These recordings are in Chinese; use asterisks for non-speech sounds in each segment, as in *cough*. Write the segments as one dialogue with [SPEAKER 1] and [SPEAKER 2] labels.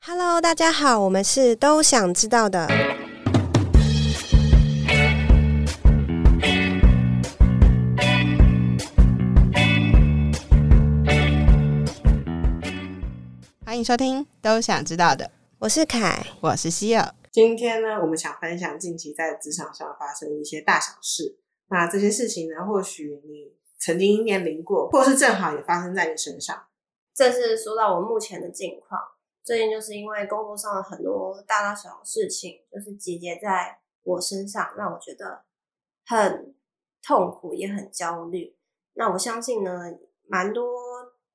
[SPEAKER 1] Hello，大家好，我们是都想知道的。
[SPEAKER 2] 欢迎收听《都想知道的》，
[SPEAKER 1] 我是凯，
[SPEAKER 2] 我是希尔。
[SPEAKER 3] 今天呢，我们想分享近期在职场上发生的一些大小事。那这些事情呢，或许你曾经面临过，或是正好也发生在你身上。
[SPEAKER 4] 这是说到我目前的近况，最近就是因为工作上的很多大大小小事情，就是集结在我身上，让我觉得很痛苦，也很焦虑。那我相信呢，蛮多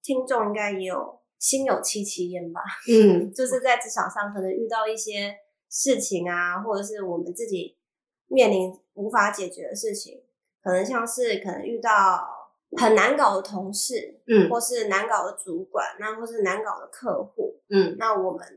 [SPEAKER 4] 听众应该也有心有戚戚焉吧，
[SPEAKER 3] 嗯，
[SPEAKER 4] 就是在职场上可能遇到一些事情啊，或者是我们自己面临无法解决的事情，可能像是可能遇到很难搞的同事，
[SPEAKER 3] 嗯
[SPEAKER 4] 或是难搞的主管，那或是难搞的客户，
[SPEAKER 3] 嗯，
[SPEAKER 4] 那我们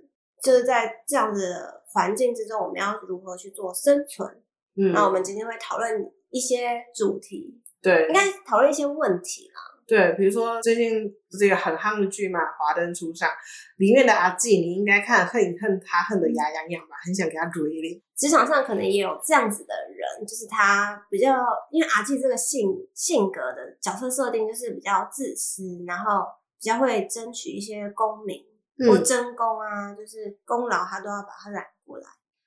[SPEAKER 4] 就是在这样子的环境之中，我们要如何去做生存？
[SPEAKER 3] 嗯，
[SPEAKER 4] 那我们今天会讨论一些主题，
[SPEAKER 3] 对
[SPEAKER 4] 应该讨论一些问题啦。
[SPEAKER 3] 对，比如说最近不是有很夯的剧嘛，《华灯初上》里面的阿纪，你应该看恨恨他恨得牙痒痒吧，很想给他怼脸。
[SPEAKER 4] 职场上可能也有这样子的人，就是他比较，因为阿纪这个性性格的角色设定就是比较自私，然后比较会争取一些功名
[SPEAKER 2] 嗯
[SPEAKER 4] 或争功啊，就是功劳他都要把它揽过来，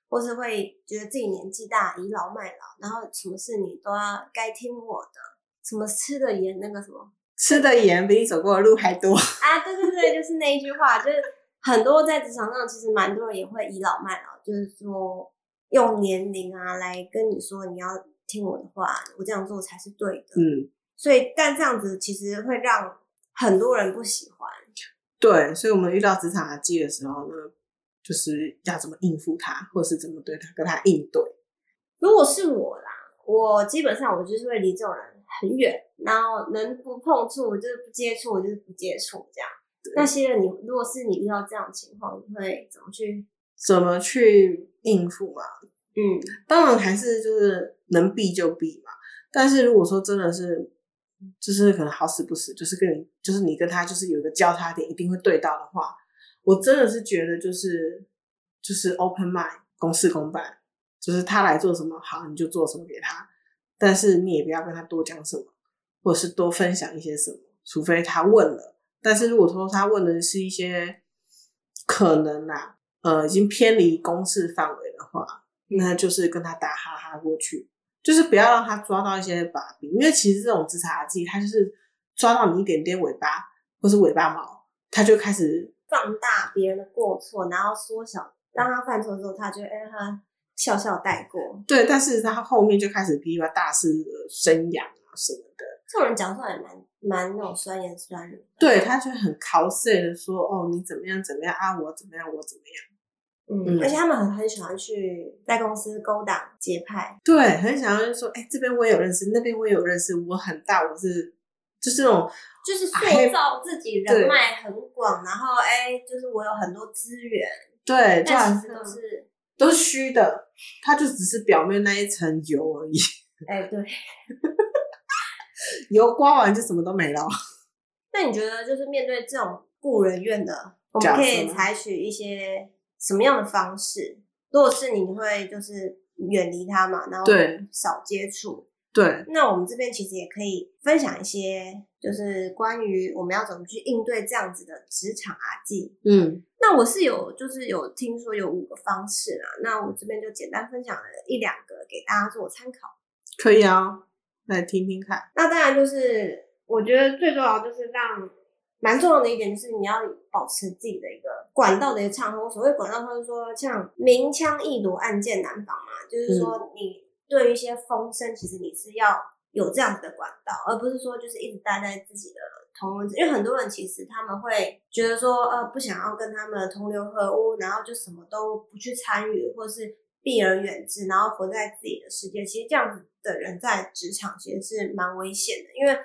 [SPEAKER 4] 或是会觉得自己年纪大倚老卖老，然后什么事你都要该听我的，什么吃的盐那个什么
[SPEAKER 3] 吃的盐比你走过的路还多。 *laughs*
[SPEAKER 4] 啊，对对对，就是那一句话，就是很多在职场上其实蛮多人也会倚老卖老，就是说用年龄啊来跟你说你要听我的话，我这样做才是对的，
[SPEAKER 3] 嗯，
[SPEAKER 4] 所以但这样子其实会让很多人不喜欢。
[SPEAKER 3] 对，所以我们遇到职场阿纪的时候呢，就是要怎么应付他，或是怎么对他跟他应对。
[SPEAKER 4] 如果是我啦，我基本上我就是会离这种人很远，然后能不碰触就是不接触，我就是不接触这样。那些人你，如果是你遇到这样的情况，你会怎么去？
[SPEAKER 3] 怎么去应付嘛？
[SPEAKER 4] 嗯，
[SPEAKER 3] 当然还是就是能避就避嘛。但是如果说真的是，就是可能好死不死，就是跟你就是你跟他就是有一个交叉点，一定会对到的话，我真的是觉得就是就是 open mind，公事公办，就是他来做什么好你就做什么给他，但是你也不要跟他多讲什么，或者是多分享一些什么，除非他问了。但是如果说他问的是一些可能啊，呃，已经偏离公事范围的话，那就是跟他打哈哈过去，就是不要让他抓到一些把柄，因为其实这种自杀技，他就是抓到你一点点尾巴或是尾巴毛，他就开始
[SPEAKER 4] 放大别人的过错，然后缩小，让他犯错之后，他就会哎、他笑笑带过。
[SPEAKER 3] 对，但事实上他后面就开始噼啪大肆的生养啊什么的，
[SPEAKER 4] 这种人讲出来也蛮蛮那种酸言酸语。
[SPEAKER 3] 对他就很 cos 的说哦你怎么样怎么样啊我怎么样我怎么样，
[SPEAKER 4] 嗯
[SPEAKER 3] 嗯
[SPEAKER 4] 而且他们很很喜欢去在公司勾当结派，
[SPEAKER 3] 对，很想要就说哎这边我也有认识，那边我也有认识，我很大我是就是那种
[SPEAKER 4] 就是塑
[SPEAKER 3] 哎
[SPEAKER 4] 造自己人脉很广，然后哎、就是我有很多资源，
[SPEAKER 3] 对，就好
[SPEAKER 4] 但
[SPEAKER 3] 像
[SPEAKER 4] 其实都是
[SPEAKER 3] 都是虚的，他就只是表面那一层油而已。
[SPEAKER 4] 哎、对。
[SPEAKER 3] 油刮完就什么都没了。
[SPEAKER 4] 那你觉得就是面对这种故人怨的，我们可以采取一些什么样的方式？如果是你你会就是远离他嘛，然后
[SPEAKER 3] 对
[SPEAKER 4] 少接触。
[SPEAKER 3] 对，
[SPEAKER 4] 那我们这边其实也可以分享一些，就是关于我们要怎么去应对这样子的职场阿技。
[SPEAKER 3] 嗯，
[SPEAKER 4] 那我是有，就是有听说有五个方式啦。那我这边就简单分享了一两个给大家做参考。
[SPEAKER 3] 可以啊，来听听看。
[SPEAKER 4] 那当然就是，我觉得最重要就是让蛮重要的一点就是你要保持自己的一个管道的一个畅通。所谓管道畅通，就是说像明枪易躲，暗箭难防嘛，就是说你对于一些风声，其实你是要有这样子的管道，而不是说就是一直待在自己的同文，因为很多人其实他们会觉得说，呃，不想要跟他们同流合污，然后就什么都不去参与，或是避而远之，然后活在自己的世界。其实这样子的人在职场其实是蛮危险的，因为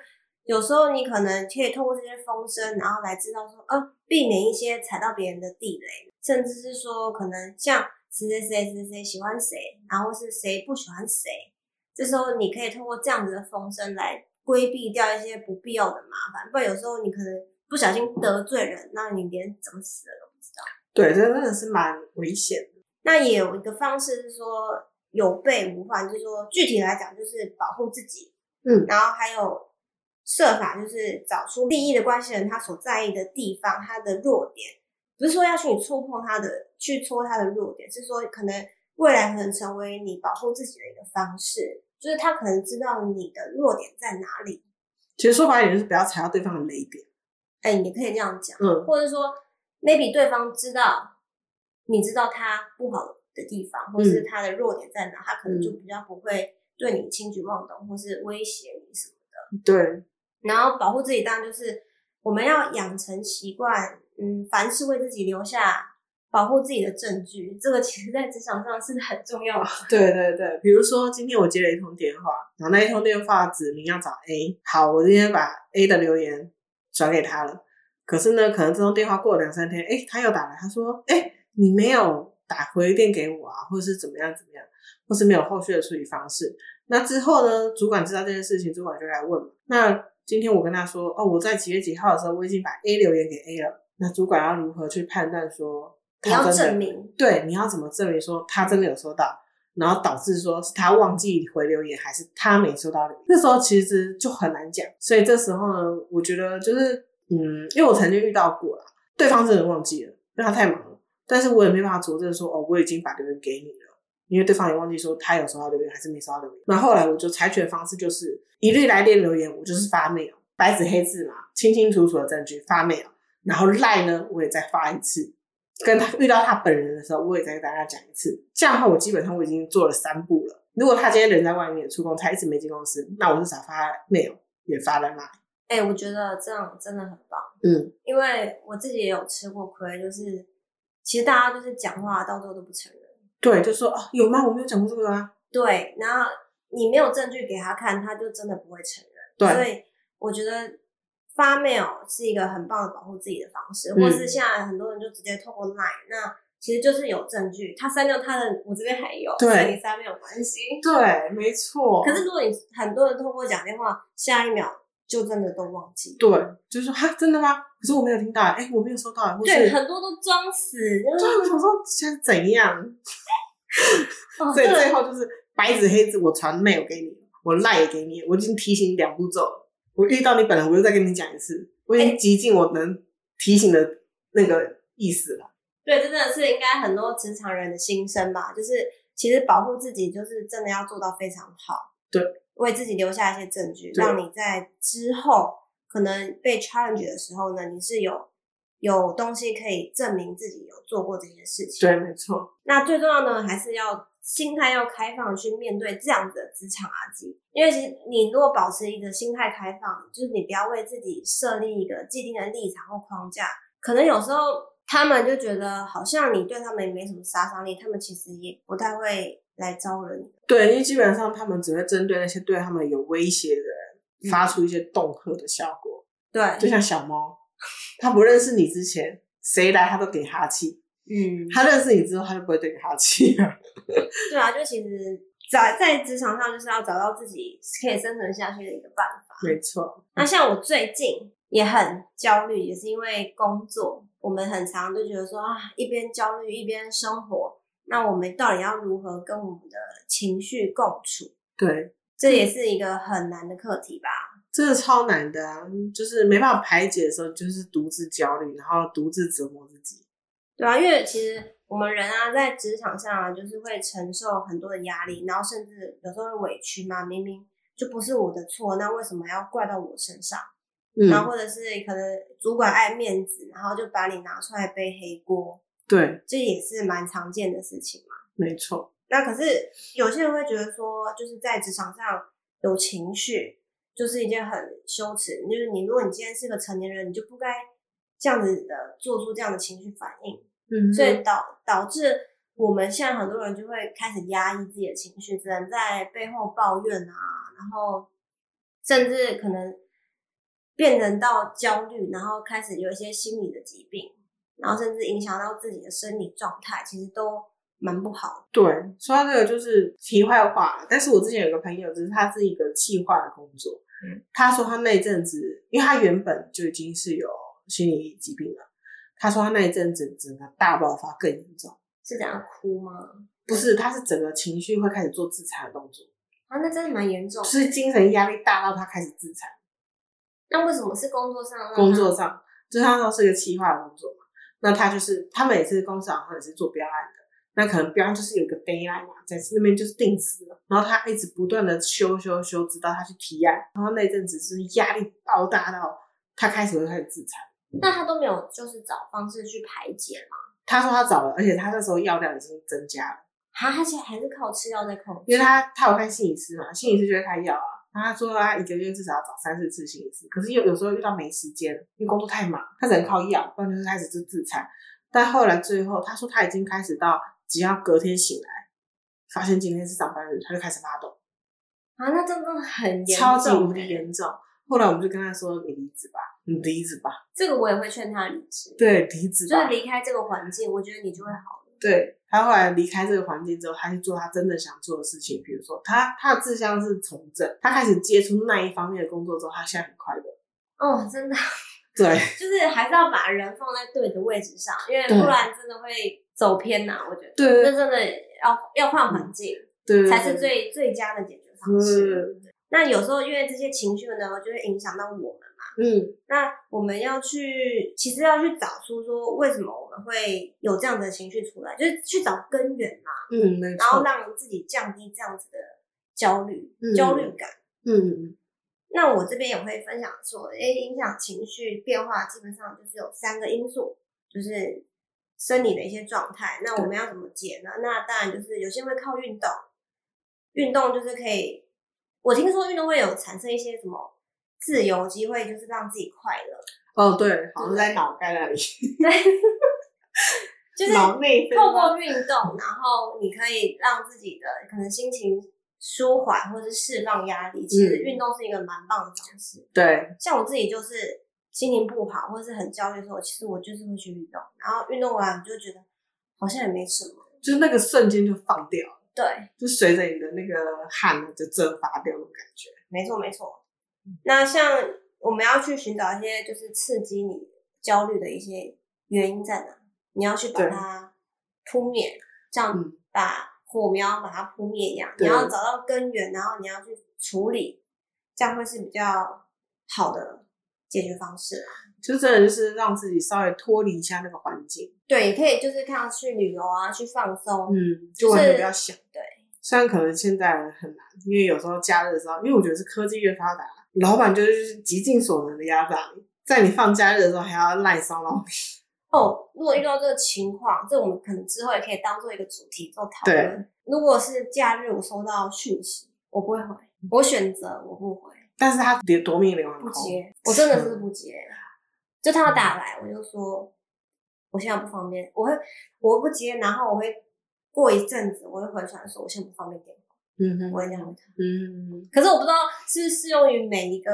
[SPEAKER 4] 有时候你可能可以透过这些风声，然后来知道说，呃，避免一些踩到别人的地雷，甚至是说可能像谁谁谁谁谁喜欢谁，然后是谁不喜欢谁，这时候你可以通过这样子的风声来规避掉一些不必要的麻烦，不然有时候你可能不小心得罪人，那你连怎么死的都不知道。
[SPEAKER 3] 对，这真的是蛮危险的。
[SPEAKER 4] 那也有一个方式是说有备无患，就是说具体来讲就是保护自己，
[SPEAKER 3] 嗯
[SPEAKER 4] 然后还有设法就是找出利益的关系人他所在意的地方，他的弱点，不是说要去你触碰他的，去戳他的弱点，是说可能未来可能成为你保护自己的一个方式，就是他可能知道你的弱点在哪里，
[SPEAKER 3] 其实说白一点就是不要踩到对方的雷点。
[SPEAKER 4] 哎，你可以这样讲，
[SPEAKER 3] 嗯，
[SPEAKER 4] 或者说 maybe 对方知道你知道他不好的地方，或
[SPEAKER 3] 嗯
[SPEAKER 4] 是他的弱点在哪，他可能就比较不会对你轻举妄动，或是威胁你什么。
[SPEAKER 3] 对，
[SPEAKER 4] 然后保护自己，当然就是我们要养成习惯，嗯，凡事为自己留下保护自己的证据，这个其实在职场上是很重要的。
[SPEAKER 3] 对对对，比如说今天我接了一通电话，然后那一通电话指明要找 A，好，我今天把 A 的留言转给他了。可是呢，可能这通电话过了两三天，哎，他又打来，他说，哎，你没有打回电给我啊，或者是怎么样怎么样，或是没有后续的处理方式。那之后呢，主管知道这件事情，主管就来问嘛。那今天我跟他说，哦，我在几月几号的时候，我已经把 A 留言给 A 了。那主管要如何去判断说
[SPEAKER 4] 你
[SPEAKER 3] 他
[SPEAKER 4] 要
[SPEAKER 3] 真的
[SPEAKER 4] 证明，
[SPEAKER 3] 对，你要怎么证明说他真的有收到，然后导致说是他忘记回留言，还是他没收到留言？那时候其实就很难讲，所以这时候呢，我觉得就是嗯，因为我曾经遇到过啦，对方真的忘记了，因为他太忙了，但是我也没办法佐证说哦，我已经把留言给你了。因为对方也忘记说他有收到留言还是没收到留言，那后来我就采取的方式就是一律来电留言，我就是发 mail，白纸黑字嘛，清清楚楚的证据发 mail，然后赖呢我也再发一次，跟他遇到他本人的时候，我也再跟大家讲一次。这样的话，我基本上我已经做了三步了。如果他今天人在外面出公差，一直没进公司，那我就少发 mail，也发了 line。
[SPEAKER 4] 哎、我觉得这样真的很棒。
[SPEAKER 3] 嗯，
[SPEAKER 4] 因为我自己也有吃过亏，就是其实大家就是讲话到最后都不承认。
[SPEAKER 3] 对，就说哦，有吗？我没有讲过这个啊。
[SPEAKER 4] 对，然后你没有证据给他看，他就真的不会承认。所
[SPEAKER 3] 对，
[SPEAKER 4] 以我觉得发 mail 是一个很棒的保护自己的方式，
[SPEAKER 3] 嗯
[SPEAKER 4] 或是现在很多人就直接透过 Line，那其实就是有证据，他删掉他的，我这边还有，
[SPEAKER 3] 对
[SPEAKER 4] 所以你删没有关系。
[SPEAKER 3] 对，没错。
[SPEAKER 4] 可是如果你很多人透过讲电话，下一秒就真的都忘记。
[SPEAKER 3] 对，就是说哈，真的吗？可是我没有听到，哎，我没有收到，或是
[SPEAKER 4] 对，很多都装死，就是
[SPEAKER 3] 对，我想说现在怎样？
[SPEAKER 4] 哦，
[SPEAKER 3] 所以
[SPEAKER 4] 这
[SPEAKER 3] 最
[SPEAKER 4] 个
[SPEAKER 3] 后就是白纸黑字，我传 mail 给你，我 line 也给你，我已经提醒你两步骤了。我遇到你本人，我就再跟你讲一次，我已经极尽我能提醒的那个意思了。
[SPEAKER 4] 对，这真的是应该很多职场人的心声吧，就是其实保护自己，就是真的要做到非常好，
[SPEAKER 3] 对，
[SPEAKER 4] 为自己留下一些证据，
[SPEAKER 3] 对
[SPEAKER 4] 让你在之后可能被 challenge 的时候呢，你是有有东西可以证明自己有做过这些事情。
[SPEAKER 3] 对，没错，
[SPEAKER 4] 那最重要呢，还是要心态要开放去面对这样子的职场阿基，因为其实你如果保持一个心态开放，就是你不要为自己设立一个既定的立场或框架，可能有时候他们就觉得好像你对他们也没什么杀伤力，他们其实也不太会来招惹你。
[SPEAKER 3] 对，因为基本上他们只会针对那些对他们有威胁的人发出一些恫吓的效果，
[SPEAKER 4] 对，
[SPEAKER 3] 就像小猫，它不认识你之前，谁来它都给哈气，
[SPEAKER 4] 嗯，
[SPEAKER 3] 它认识你之后，它就不会对你哈气了。
[SPEAKER 4] 对啊，就其实在在职场上就是要找到自己可以生存下去的一个办法。
[SPEAKER 3] *laughs* 没错，
[SPEAKER 4] 那像我最近也很焦虑，也是因为工作，我们很常就觉得说啊，一边焦虑一边生活，那我们到底要如何跟我们的情绪共处？
[SPEAKER 3] 对，
[SPEAKER 4] 这也是一个很难的课题吧。
[SPEAKER 3] 真的超难的啊！就是没办法排解的时候，就是独自焦虑，然后独自折磨自己。
[SPEAKER 4] 对啊，因为其实我们人啊，在职场上啊，就是会承受很多的压力，然后甚至有时候会委屈嘛，明明就不是我的错，那为什么要怪到我身上？然
[SPEAKER 3] 嗯，
[SPEAKER 4] 后或者是可能主管爱面子，然后就把你拿出来背黑锅，
[SPEAKER 3] 对，
[SPEAKER 4] 这也是蛮常见的事情。
[SPEAKER 3] 没错，
[SPEAKER 4] 那可是有些人会觉得说，就是在职场上有情绪，就是一件很羞耻。就是你，如果你今天是个成年人，你就不该这样子的做出这样的情绪反应，
[SPEAKER 3] 嗯
[SPEAKER 4] 所以导导致我们现在很多人就会开始压抑自己的情绪，只能在背后抱怨啊，然后甚至可能变成到焦虑，然后开始有一些心理的疾病，然后甚至影响到自己的生理状态，其实都蛮不好的。
[SPEAKER 3] 对，说到这个就是题外话了。但是我之前有个朋友，就是他是一个企划的工作，他说他那一阵子，因为他原本就已经是有心理疾病了，他说他那一阵子整个大爆发更严重，
[SPEAKER 4] 是这样哭吗？
[SPEAKER 3] 不是，他是整个情绪会开始做自残的动作，
[SPEAKER 4] 啊，那真的蛮严重
[SPEAKER 3] 就
[SPEAKER 4] 的。
[SPEAKER 3] 是精神压力大到他开始自残。
[SPEAKER 4] 那为什么是工作上让他？
[SPEAKER 3] 工作上，就是他那时候是个企划的工作嘛，那他就是他们也是公司好像也是做标案的，那可能标案就是有个 d a y l i n e 嘛，在那边就是定死了，然后他一直不断的修修修，直到他去提案，然后那阵子是压力爆大到他开始会开始自残。
[SPEAKER 4] 那他都没有就是找方式去排解嘛？
[SPEAKER 3] 他说他找了，而且他那时候药量已经增加了，
[SPEAKER 4] 啊他而且还是靠吃药在控制
[SPEAKER 3] 因为。他他有看心理师嘛，心理师就会开药啊。然后他说他一个月至少要找三四次心理师，可是有有时候遇到没时间，因为工作太忙，他只能靠药，不然就是开始就自残。但后来最后他说他已经开始到只要隔天醒来，发现今天是上班日，他就开始发抖，
[SPEAKER 4] 啊，那真的很严重，欸
[SPEAKER 3] 超级无敌。严重。后来我们就跟他说：“你离职吧，你离职吧，
[SPEAKER 4] 这个我也会劝他离职，，
[SPEAKER 3] 对，离职
[SPEAKER 4] 就是
[SPEAKER 3] 吧。
[SPEAKER 4] 离开这个环境，我觉得你就会好了。”
[SPEAKER 3] 对，他后来离开这个环境之后，他去做他真的想做的事情，比如说他他的志向是从政，他开始接触那一方面的工作之后，他现在很快乐。
[SPEAKER 4] 哦，真的，
[SPEAKER 3] 对，
[SPEAKER 4] *laughs* 就是还是要把人放在对的位置上，因为
[SPEAKER 3] 对
[SPEAKER 4] 不然真的会走偏呐、我觉得，
[SPEAKER 3] 对
[SPEAKER 4] 那真的要要换环境、
[SPEAKER 3] 对，
[SPEAKER 4] 才是最最佳的解决方式。
[SPEAKER 3] 嗯
[SPEAKER 4] 那有时候因为这些情绪呢，就会影响到我们。
[SPEAKER 3] 嗯
[SPEAKER 4] 那我们要去，其实要去找出说为什么我们会有这样的情绪出来，就是去找根源嘛，
[SPEAKER 3] 嗯，没
[SPEAKER 4] 然后
[SPEAKER 3] 错，
[SPEAKER 4] 让自己降低这样子的焦虑、
[SPEAKER 3] 嗯
[SPEAKER 4] 焦虑感。
[SPEAKER 3] 嗯
[SPEAKER 4] 那我这边也会分享说，诶，影响情绪变化基本上就是有三个因素，就是生理的一些状态。那我们要怎么解呢？那当然就是有些会靠运动，运动就是可以，我听说运动会有产生一些什么自由机会，就是让自己快乐。
[SPEAKER 3] 哦对，好像在脑袋那里，
[SPEAKER 4] 就是
[SPEAKER 3] 脑内分
[SPEAKER 4] 透
[SPEAKER 3] 泌，
[SPEAKER 4] 过运动，然后你可以让自己的可能心情舒缓，或是释放压力。其实运动是一个蛮棒的方式。
[SPEAKER 3] 对，
[SPEAKER 4] 像我自己就是心情不好，或是很焦虑的时候，其实我就是会去运动，然后运动完我就觉得好像也没什么。
[SPEAKER 3] 就是那个瞬间就放掉了，
[SPEAKER 4] 对，
[SPEAKER 3] 就随着你的那个汗就蒸发掉那种感觉。
[SPEAKER 4] 没错没错。
[SPEAKER 3] 嗯
[SPEAKER 4] 那像我们要去寻找一些就是刺激你焦虑的一些原因在哪，你要去把
[SPEAKER 3] 对
[SPEAKER 4] 它扑灭，像
[SPEAKER 3] 嗯
[SPEAKER 4] 把火苗把它扑灭一样，你
[SPEAKER 3] 对
[SPEAKER 4] 要找到根源，然后你要去处理，这样会是比较好的解决方式啊。
[SPEAKER 3] 就真的就是让自己稍微脱离一下那个环境，
[SPEAKER 4] 对，也可以就是看去旅游啊，去放松，
[SPEAKER 3] 嗯，就完全不要想。
[SPEAKER 4] 对，
[SPEAKER 3] 虽然可能现在很难，因为有时候假日的时候，因为我觉得是科技越发达，老板就是极尽所能的压榨你，在你放假日的时候还要赖骚扰你。
[SPEAKER 4] 哦，如果遇到这个情况，这我们可能之后也可以当做一个主题做讨论。如果是假日，我收到讯息，我不会回，我选择我不回，
[SPEAKER 3] 但是他别夺命连环
[SPEAKER 4] 不
[SPEAKER 3] 扣，
[SPEAKER 4] 接，我真的是不接。就
[SPEAKER 3] 嗯
[SPEAKER 4] 他要打来，我就说我现在不方便，我会我不接，然后我会过一阵子，我会回传说我现在不方便点，
[SPEAKER 3] 嗯哼
[SPEAKER 4] 我会这样回他。
[SPEAKER 3] 嗯，
[SPEAKER 4] 可是我不知道是不是适用于每一个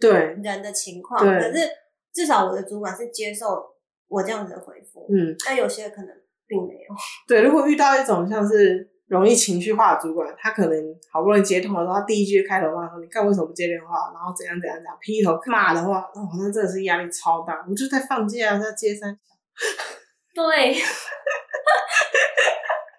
[SPEAKER 3] 对，
[SPEAKER 4] 人的情况，
[SPEAKER 3] 对
[SPEAKER 4] 可是至少我的主管是接受我这样子的回复，
[SPEAKER 3] 嗯，
[SPEAKER 4] 但有些可能并没有。
[SPEAKER 3] 对，如果遇到一种像是容易情绪化的主管，他可能好不容易接通了，然后第一句开头骂说：“你干为什么不接电话？”然后怎样怎样怎样，劈头骂的话，哦，那真的是压力超大。我就在放假，在接三，
[SPEAKER 4] 对， *laughs*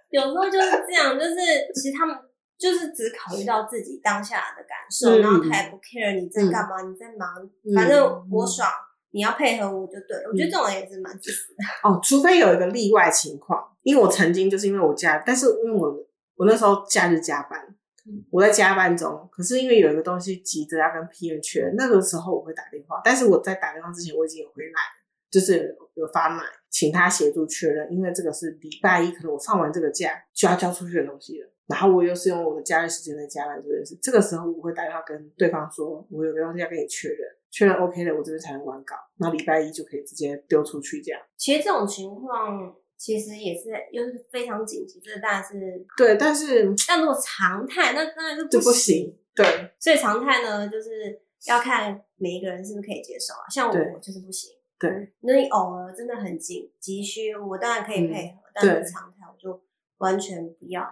[SPEAKER 4] 有时候就是这样，就是其实他们就是只考虑到自己当下的感受，
[SPEAKER 3] 嗯
[SPEAKER 4] 然后他也不 care 你在干嘛，你在忙，
[SPEAKER 3] 嗯
[SPEAKER 4] 反正我爽，你要配合我就对了。我觉得这种人也是蛮自私的。
[SPEAKER 3] 哦，除非有一个例外情况，因为我曾经就是因为我假，但是因为我我那时候假日加班
[SPEAKER 4] 嗯，
[SPEAKER 3] 我在加班中，可是因为有一个东西急着要跟 P N 确认，那个时候我会打电话，但是我在打电话之前我已经有回来了，就是有有发奶，请他协助确认，因为这个是礼拜一，可能我放完这个假就要交出去的东西了。然后我又是用我的假日时间在加班这件事，这个时候我会打电话跟对方说，我有个东西要跟你确认，确认 OK 了，我这边才能完稿，那礼拜一就可以直接丢出去这样。
[SPEAKER 4] 其实这种情况其实也是，又是非常紧急，这当然是。
[SPEAKER 3] 对，但是
[SPEAKER 4] 但如果常态，那当然是
[SPEAKER 3] 就
[SPEAKER 4] 不
[SPEAKER 3] 不行。对，
[SPEAKER 4] 所以常态呢，就是要看每一个人是不是可以接受啊。像
[SPEAKER 3] 对
[SPEAKER 4] 我就是不行。
[SPEAKER 3] 对，
[SPEAKER 4] 那你偶尔真的很急急需，我当然可以配合，但
[SPEAKER 3] 对
[SPEAKER 4] 是常态我就完全不要。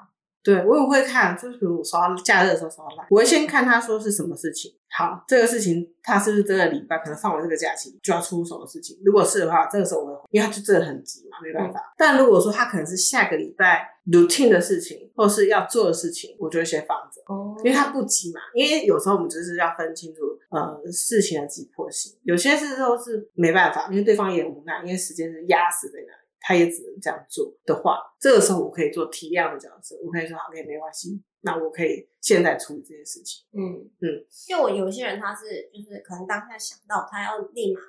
[SPEAKER 3] 对我也会看，就是比如我刷假日的时候刷烂，我会先看他说是什么事情。好，这个事情他是不是真的礼拜可能放完这个假期就要出什么事情？如果是的话，这个时候我会，因为他就真的很急嘛，没办法。但如果说他可能是下个礼拜 routine 的事情，或是要做的事情，我就会先放着。
[SPEAKER 4] 哦
[SPEAKER 3] 因为它不急嘛，因为有时候我们就是要分清楚，呃，事情的急迫性。有些事都是没办法，因为对方也无奈，因为时间是压死在那里，他也只能这样做的话，这个时候我可以做体谅的角色，我可以说好，OK，没关系，那我可以现在处理这件事情。
[SPEAKER 4] 嗯
[SPEAKER 3] 嗯
[SPEAKER 4] 嗯，就我有些人他是就是可能当下想到他要立马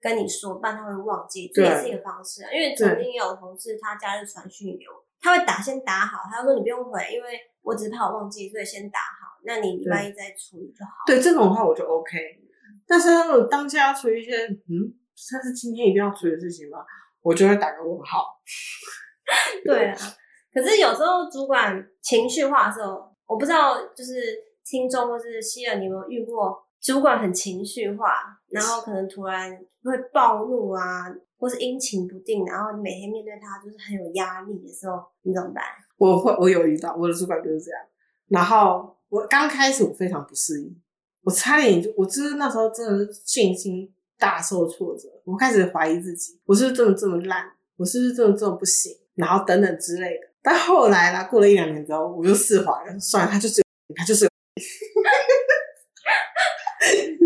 [SPEAKER 4] 跟你说，不然他会忘记，这
[SPEAKER 3] 对
[SPEAKER 4] 也是一个方式啊。因为曾经也有同事他假日传讯给我，他会打先打好，他说你不用回，因为我只是怕我忘记，所以先打好，那你礼拜一再处理就好。
[SPEAKER 3] 对这种的话，我就 OK。但是如果当下要处理一些，嗯，但是今天一定要处理的事情吗？我就会打个问号。
[SPEAKER 4] 对啊，可是有时候主管情绪化的时候，我不知道就是听众或是希尔，你有没有遇过主管很情绪化，然后可能突然会暴怒啊，或是阴晴不定，然后你每天面对他就是很有压力的时候，你怎么办？ *laughs*
[SPEAKER 3] 我会，我有遇到我的主管就是这样。然后我刚开始我非常不适应，我差点就，我就是那时候真的是信心大受挫折，我开始怀疑自己，我是不是真的这么烂，我是不是真的这么不行，然后等等之类的。但后来啦，过了一两年之后，我就释怀了，算了，他就是有他就是有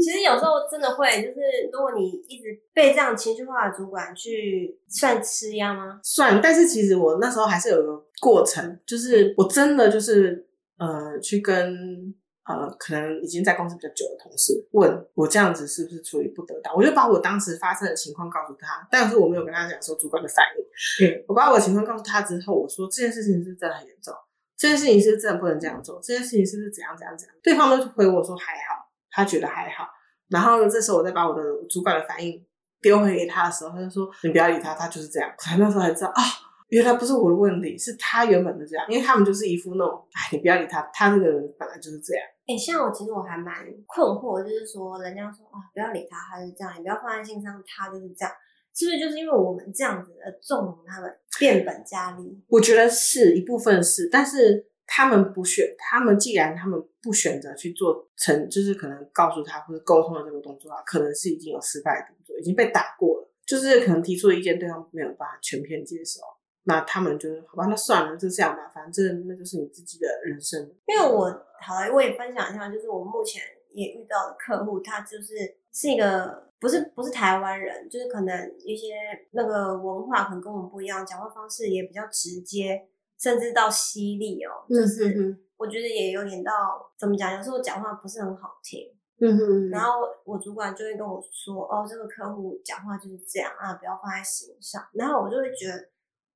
[SPEAKER 4] 其实有时候真的会，就是如果你一直被这样情绪化的主管去算吃压吗？
[SPEAKER 3] 算了。但是其实我那时候还是有个过程，就是我真的就是呃，去跟呃，可能已经在公司比较久的同事问我这样子是不是处理不得当，我就把我当时发生的情况告诉他，但是我没有跟他讲说主管的反应。
[SPEAKER 4] 嗯，
[SPEAKER 3] 我把我的情况告诉他之后，我说这件事情是真的很严重，这件事情是真的不能这样做，这件事情是不是怎样怎样怎样？对方都回我说还好，他觉得还好。然后呢，这时候我再把我的主管的反应丢回给他的时候，他就说你不要理他，他就是这样。我那时候才知道啊。原来不是我的问题，是他原本就这样，因为他们就是一副那种，哎，你不要理他，他这个人本来就是这样。
[SPEAKER 4] 哎、像我其实我还蛮困惑，就是说人家说啊，不要理他，他是这样，你不要放在心上，他就是这样，是不是就是因为我们这样子而纵容他们变本加厉？
[SPEAKER 3] 我觉得是一部分是，但是他们不选，他们既然他们不选择去做成，就是可能告诉他或者沟通的这个动作啊，可能是已经有失败的动作，已经被打过了，就是可能提出的意见对方没有办法全篇接受，那他们就是好吧，那算了，就这样吧，反正那就是你自己的人生。
[SPEAKER 4] 因为我好了，我也分享一下，就是我目前也遇到的客户，他就是是一个不是不是台湾人，就是可能一些那个文化可能跟我们不一样，讲话方式也比较直接，甚至到犀利哦，就是
[SPEAKER 3] 嗯
[SPEAKER 4] 我觉得也有点到怎么讲，有时候讲话不是很好听。
[SPEAKER 3] 嗯哼
[SPEAKER 4] 然后我主管就会跟我说：“哦，这个客户讲话就是这样啊，不要放在心上。”然后我就会觉得，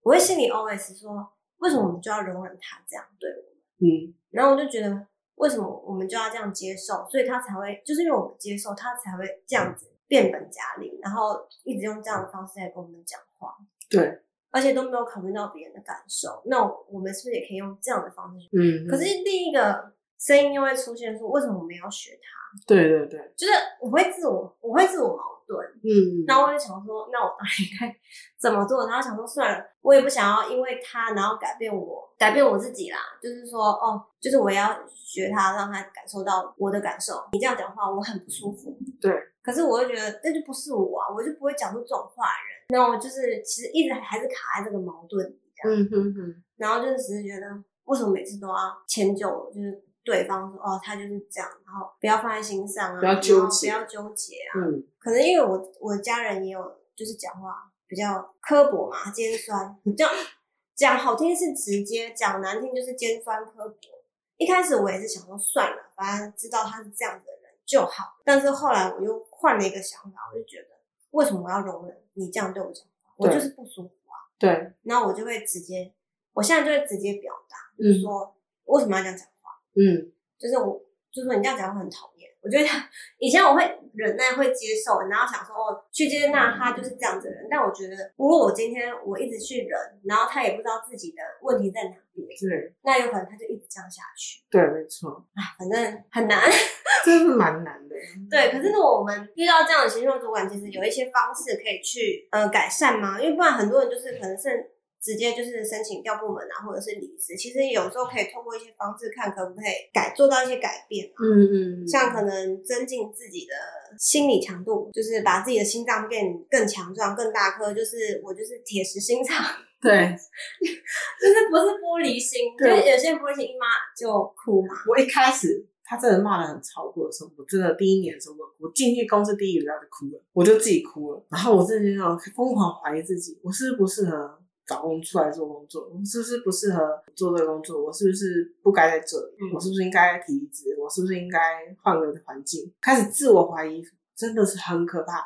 [SPEAKER 4] 我会心里 always 说：“为什么我们就要容忍他这样对我
[SPEAKER 3] 嗯，？”
[SPEAKER 4] 然后我就觉得，为什么我们就要这样接受？所以他才会，就是因为我们接受，他才会这样子变本加厉，然后一直用这样的方式来跟我们讲话，
[SPEAKER 3] 对，
[SPEAKER 4] 而且都没有考虑到别人的感受。那我们是不是也可以用这样的方式去？
[SPEAKER 3] 嗯，
[SPEAKER 4] 可是另一个声音又会出现说：“为什么我们要学他？”
[SPEAKER 3] 对对对，
[SPEAKER 4] 就是我会自我，我会自我矛盾。
[SPEAKER 3] 嗯，
[SPEAKER 4] 那我就想说，那我到底该 *laughs* 怎么做？然后想说，算了，我也不想要因为他，然后改变我，改变我自己啦。就是说，哦，就是我也要学他，让他感受到我的感受。你这样讲话，我很不舒服。
[SPEAKER 3] 对。
[SPEAKER 4] 可是我又觉得那就不是我啊，我就不会讲出这种话的人。那我就是其实一直还是卡在这个矛盾里，这样。
[SPEAKER 3] 嗯哼哼，
[SPEAKER 4] 然后就只是觉得为什么每次都要迁就我，就是对方说哦他就是这样，然后不要放在心上啊，
[SPEAKER 3] 不要纠结
[SPEAKER 4] 然后不要纠结啊。
[SPEAKER 3] 嗯，
[SPEAKER 4] 可能因为我我家人也有就是讲话比较刻薄嘛，尖酸，比较讲好听是直接，讲难听就是尖酸刻薄。一开始我也是想说算了，反正知道他是这样子的人就好。但是后来我又换了一个想法，我就觉得为什么我要容忍你这样对我讲话？我
[SPEAKER 3] 对
[SPEAKER 4] 就是不舒服啊。
[SPEAKER 3] 对，
[SPEAKER 4] 那我就会直接，我现在就会直接表达，
[SPEAKER 3] 嗯
[SPEAKER 4] 就是说为什么要这样讲话？
[SPEAKER 3] 嗯
[SPEAKER 4] 就是我，就是说你这样讲话很讨厌。我觉得以前我会忍耐，会接受，然后想说哦，去接纳他就是这样子的人。但我觉得，如果我今天我一直去忍，然后他也不知道自己的问题在哪里，
[SPEAKER 3] 对
[SPEAKER 4] 那有可能他就一直这样下去。
[SPEAKER 3] 对，没错，
[SPEAKER 4] 啊，反正很难。 *laughs*
[SPEAKER 3] 这是蛮难的。
[SPEAKER 4] 对，可是呢，我们遇到这样的情绪主管，其实有一些方式可以去呃改善嘛，因为不然很多人就是可能甚直接就是申请调部门啊，或者是离职，其实有时候可以透过一些方式看可不可以改做到一些改变啊。
[SPEAKER 3] 嗯嗯
[SPEAKER 4] 像可能增进自己的心理强度，就是把自己的心脏变更强壮、更大颗，就是我就是铁石心肠， *laughs*
[SPEAKER 3] 对
[SPEAKER 4] 就是不是玻璃心。就
[SPEAKER 3] 对
[SPEAKER 4] 是有些人玻璃心一骂就哭嘛，
[SPEAKER 3] 我一开始他真的骂的很超过的时候，我真的第一年的时候，我我进去公司第一个礼拜就哭了，我就自己哭了，然后我自己就疯狂怀疑自己，我是不是不适合找工出来做工作，我是不是不适合做这个工作，我是不是不该在这里，
[SPEAKER 4] 嗯
[SPEAKER 3] 我是不是应该离职，我是不是应该换个环境，开始自我怀疑，真的是很可怕。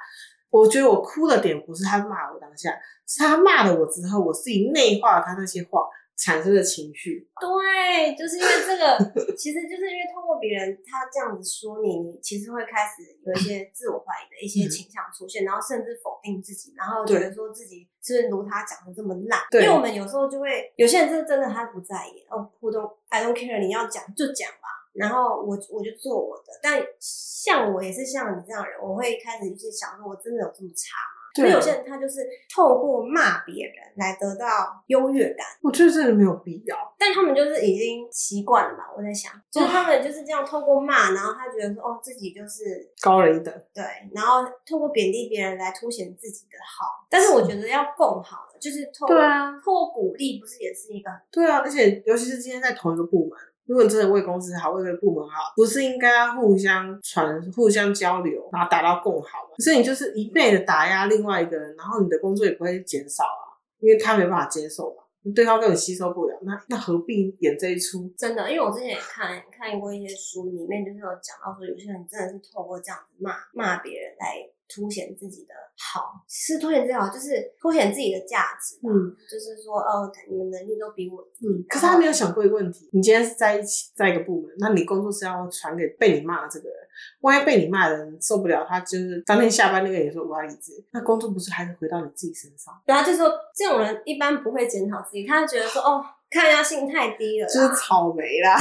[SPEAKER 3] 我觉得我哭的点不是他骂我当下，是他骂了我之后，我自己内化了他那些话产生的情绪。
[SPEAKER 4] 对，就是因为这个，其实就是因为通过别人他这样子说你，你其实会开始有一些自我怀疑的一些倾向出现，然后甚至否定自己，然后觉得说自己是不是如他讲的这么烂？因为
[SPEAKER 3] 对
[SPEAKER 4] 我们有时候就会，有些人是真的他不在意，哦，互动 I don't care，你要讲就讲吧。然后我我就做我的，但像我也是像你这样的人，我会开始就是想说，我真的有这么差吗？所以有些人他就是透过骂别人来得到优越感。
[SPEAKER 3] 我觉得真的没有必要。
[SPEAKER 4] 但他们就是已经习惯了吧？我在想，就是他们就是这样透过骂，然后他觉得说，哦，自己就是
[SPEAKER 3] 高人一等。
[SPEAKER 4] 对，然后透过贬低别人来凸显自己的好。但是我觉得要共好的，就是透过、
[SPEAKER 3] 对啊
[SPEAKER 4] 透过鼓励，不是也是一个很
[SPEAKER 3] 对啊，而且尤其是今天在同一个部门，如果你真的为公司好，为个部门好，不是应该要互相传、互相交流，然后达到共好吗？可是你就是一昧的打压另外一个人，然后你的工作也不会减少啊，因为他没办法接受嘛，对方根本吸收不了，那那何必演这一出？
[SPEAKER 4] 真的？因为我之前也看看过一些书，里面就是有讲到说，有些人真的是透过这样子骂骂别人来凸显自己的好，是凸显自己好，就是凸显自己的价值吧。
[SPEAKER 3] 嗯
[SPEAKER 4] 就是说，哦，你们能力都比我低，
[SPEAKER 3] 嗯，可是他没有想过一个问题：你今天是在一起，在一个部门，那你工作是要传给被你骂的这个人，万一被你骂的人受不了，他就是当天下班那个人说我要离职，那工作不是还是回到你自己身上？
[SPEAKER 4] 对啊，就说这种人一般不会检讨自己，他觉得说哦，抗压性太低了啦，
[SPEAKER 3] 就是草莓啦。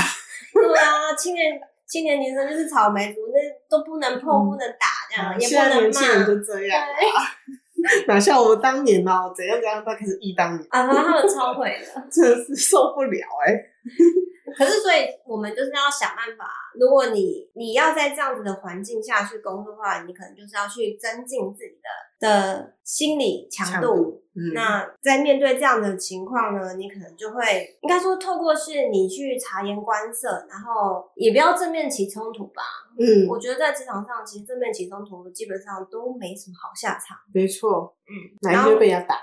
[SPEAKER 4] 对啊，青年青年女生就是草莓族，那都不能碰，
[SPEAKER 3] 嗯
[SPEAKER 4] 不能打，这样、也
[SPEAKER 3] 现
[SPEAKER 4] 不
[SPEAKER 3] 在
[SPEAKER 4] 能
[SPEAKER 3] 年轻人
[SPEAKER 4] 骂。
[SPEAKER 3] 就这
[SPEAKER 4] 对
[SPEAKER 3] 样，啊 *laughs* 哪像我们当年哦、怎样怎样，那可是忆当年，
[SPEAKER 4] 啊，他们超会的。
[SPEAKER 3] 真的是受不了哎、
[SPEAKER 4] 可是，所以我们就是要想办法。如果你你要在这样子的环境下去工作的话，你可能就是要去增进自己的的心理强
[SPEAKER 3] 强
[SPEAKER 4] 度，
[SPEAKER 3] 度，嗯，
[SPEAKER 4] 那在面对这样的情况呢，你可能就会应该说透过是你去察言观色，然后也不要正面起冲突吧。
[SPEAKER 3] 嗯，
[SPEAKER 4] 我觉得在职场上，其实正面起冲突基本上都没什么好下场。
[SPEAKER 3] 没错，
[SPEAKER 4] 嗯，
[SPEAKER 3] 哪
[SPEAKER 4] 然
[SPEAKER 3] 一
[SPEAKER 4] 后
[SPEAKER 3] 天被人家打，